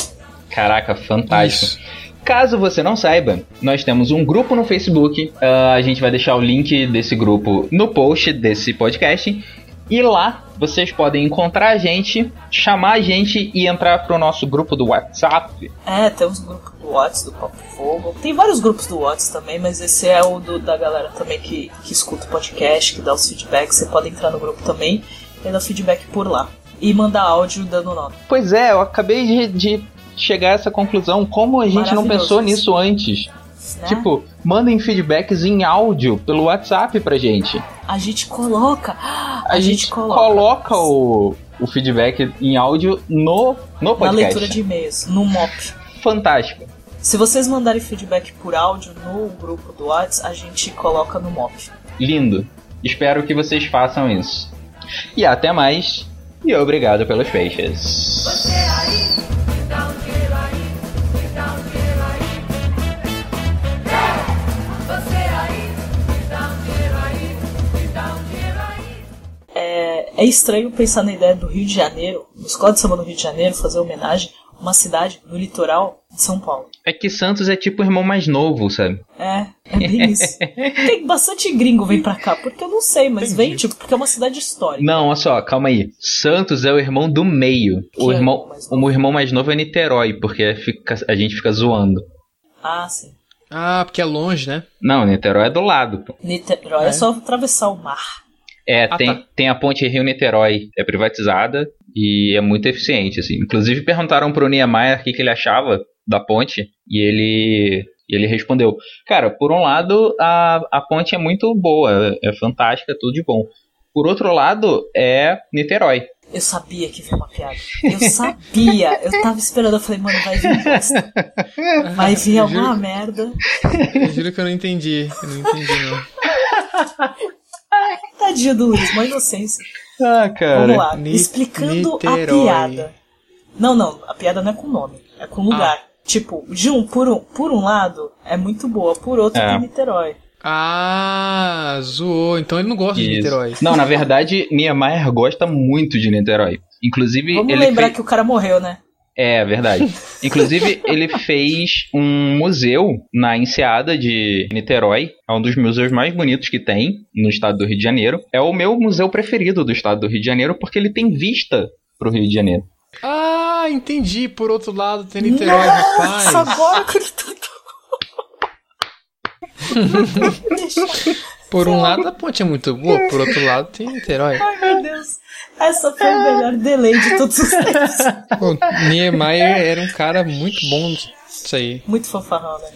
[SPEAKER 1] Caraca, fantástico.
[SPEAKER 3] Isso.
[SPEAKER 1] Caso você não saiba, nós temos um grupo no Facebook. ah, a gente vai deixar o link desse grupo no post desse podcast. E lá vocês podem encontrar a gente, chamar a gente e entrar pro nosso grupo do WhatsApp.
[SPEAKER 2] É, temos o grupo do Whats, do Papo Fogo. Tem vários grupos do Whats também, mas esse é o do- da galera também que, que escuta o podcast, que dá os feedbacks. Você pode entrar no grupo também e dar feedback por lá. E mandar áudio dando nota.
[SPEAKER 1] Pois é, eu acabei de, de chegar a essa conclusão. Como a gente não
[SPEAKER 2] Maravilhoso
[SPEAKER 1] pensou
[SPEAKER 2] isso.
[SPEAKER 1] nisso antes?
[SPEAKER 2] Né?
[SPEAKER 1] Tipo, mandem feedbacks em áudio pelo WhatsApp pra gente.
[SPEAKER 2] a gente coloca. <gasps> A,
[SPEAKER 1] A, gente, coloca, o, o feedback em áudio no, no
[SPEAKER 2] Na
[SPEAKER 1] podcast.
[SPEAKER 2] leitura de e-mails, no MOP.
[SPEAKER 1] Fantástico.
[SPEAKER 2] Se vocês mandarem feedback por áudio no grupo do Whats, a gente coloca no MOP.
[SPEAKER 1] Lindo. Espero que vocês façam isso. E até mais. E obrigado pelos peixes.
[SPEAKER 2] É estranho pensar na ideia do Rio de Janeiro, no Escola de Samba no Rio de Janeiro, fazer homenagem a uma cidade no litoral de São Paulo.
[SPEAKER 1] É que Santos é tipo o irmão mais novo, sabe?
[SPEAKER 2] É, é bem isso. Tem bastante gringo vem pra cá, porque eu não sei, mas vem, tipo, porque é uma cidade histórica.
[SPEAKER 1] Não, olha só, calma aí. Santos é o irmão do meio.
[SPEAKER 2] Que
[SPEAKER 1] O
[SPEAKER 2] é
[SPEAKER 1] irmão,
[SPEAKER 2] o mais novo?
[SPEAKER 1] o irmão mais novo é Niterói, porque fica- a gente fica zoando.
[SPEAKER 2] Ah, sim.
[SPEAKER 3] Ah, porque é longe, né?
[SPEAKER 1] Não, Niterói é do lado. pô.
[SPEAKER 2] Niterói é,
[SPEAKER 3] É.
[SPEAKER 2] só atravessar o mar.
[SPEAKER 1] É,
[SPEAKER 3] Ah,
[SPEAKER 1] tem,
[SPEAKER 3] tá.
[SPEAKER 1] tem a ponte Rio-Niterói. É privatizada e é muito eficiente, assim. Inclusive perguntaram pro Niemeyer o que, que ele achava da ponte e ele, e ele respondeu: Cara, por um lado, a, a ponte é muito boa, é, é fantástica, tudo de bom. Por outro lado, é Niterói.
[SPEAKER 2] Eu sabia que vinha uma piada. Eu sabia. Eu tava esperando, eu falei, mano, vai vir bosta. Vai vir
[SPEAKER 3] Eu juro
[SPEAKER 2] alguma merda.
[SPEAKER 3] Eu juro que eu não entendi. Eu não entendi, não.
[SPEAKER 2] Tadinho do Luiz, uma inocência.
[SPEAKER 1] Ah,
[SPEAKER 2] Vamos lá,
[SPEAKER 3] Ni-
[SPEAKER 2] explicando
[SPEAKER 3] Niterói.
[SPEAKER 2] a piada. Não, não, a piada não é com nome, é com lugar.
[SPEAKER 1] Ah.
[SPEAKER 2] Tipo, de um, por um, por um lado, é muito boa, por outro,
[SPEAKER 1] É.
[SPEAKER 2] tem Niterói.
[SPEAKER 3] Ah, zoou. Então ele não gosta de Niterói.
[SPEAKER 1] Não, na verdade, Niemeyer gosta muito de Niterói. Inclusive,
[SPEAKER 2] Vamos
[SPEAKER 1] ele
[SPEAKER 2] lembrar
[SPEAKER 1] fez-
[SPEAKER 2] que o cara morreu, né?
[SPEAKER 1] É, verdade. Inclusive, ele fez um museu na Enseada de Niterói. É um dos museus mais bonitos que tem no estado do Rio de Janeiro. É o meu museu preferido do estado do Rio de Janeiro porque ele tem vista pro Rio de Janeiro.
[SPEAKER 3] Ah, entendi. Por outro lado, tem Niterói,
[SPEAKER 2] Nossa,
[SPEAKER 3] rapaz.
[SPEAKER 2] agora que ele tá.
[SPEAKER 1] <laughs>
[SPEAKER 2] Deixa-
[SPEAKER 3] Por um lado, a ponte é muito boa. Por outro lado, tem Niterói.
[SPEAKER 2] Ai, meu Deus. Essa foi o melhor delay de todos os tempos.
[SPEAKER 3] Bom, Niemeyer era um cara muito bom nisso aí.
[SPEAKER 2] Muito fanfarrão, né?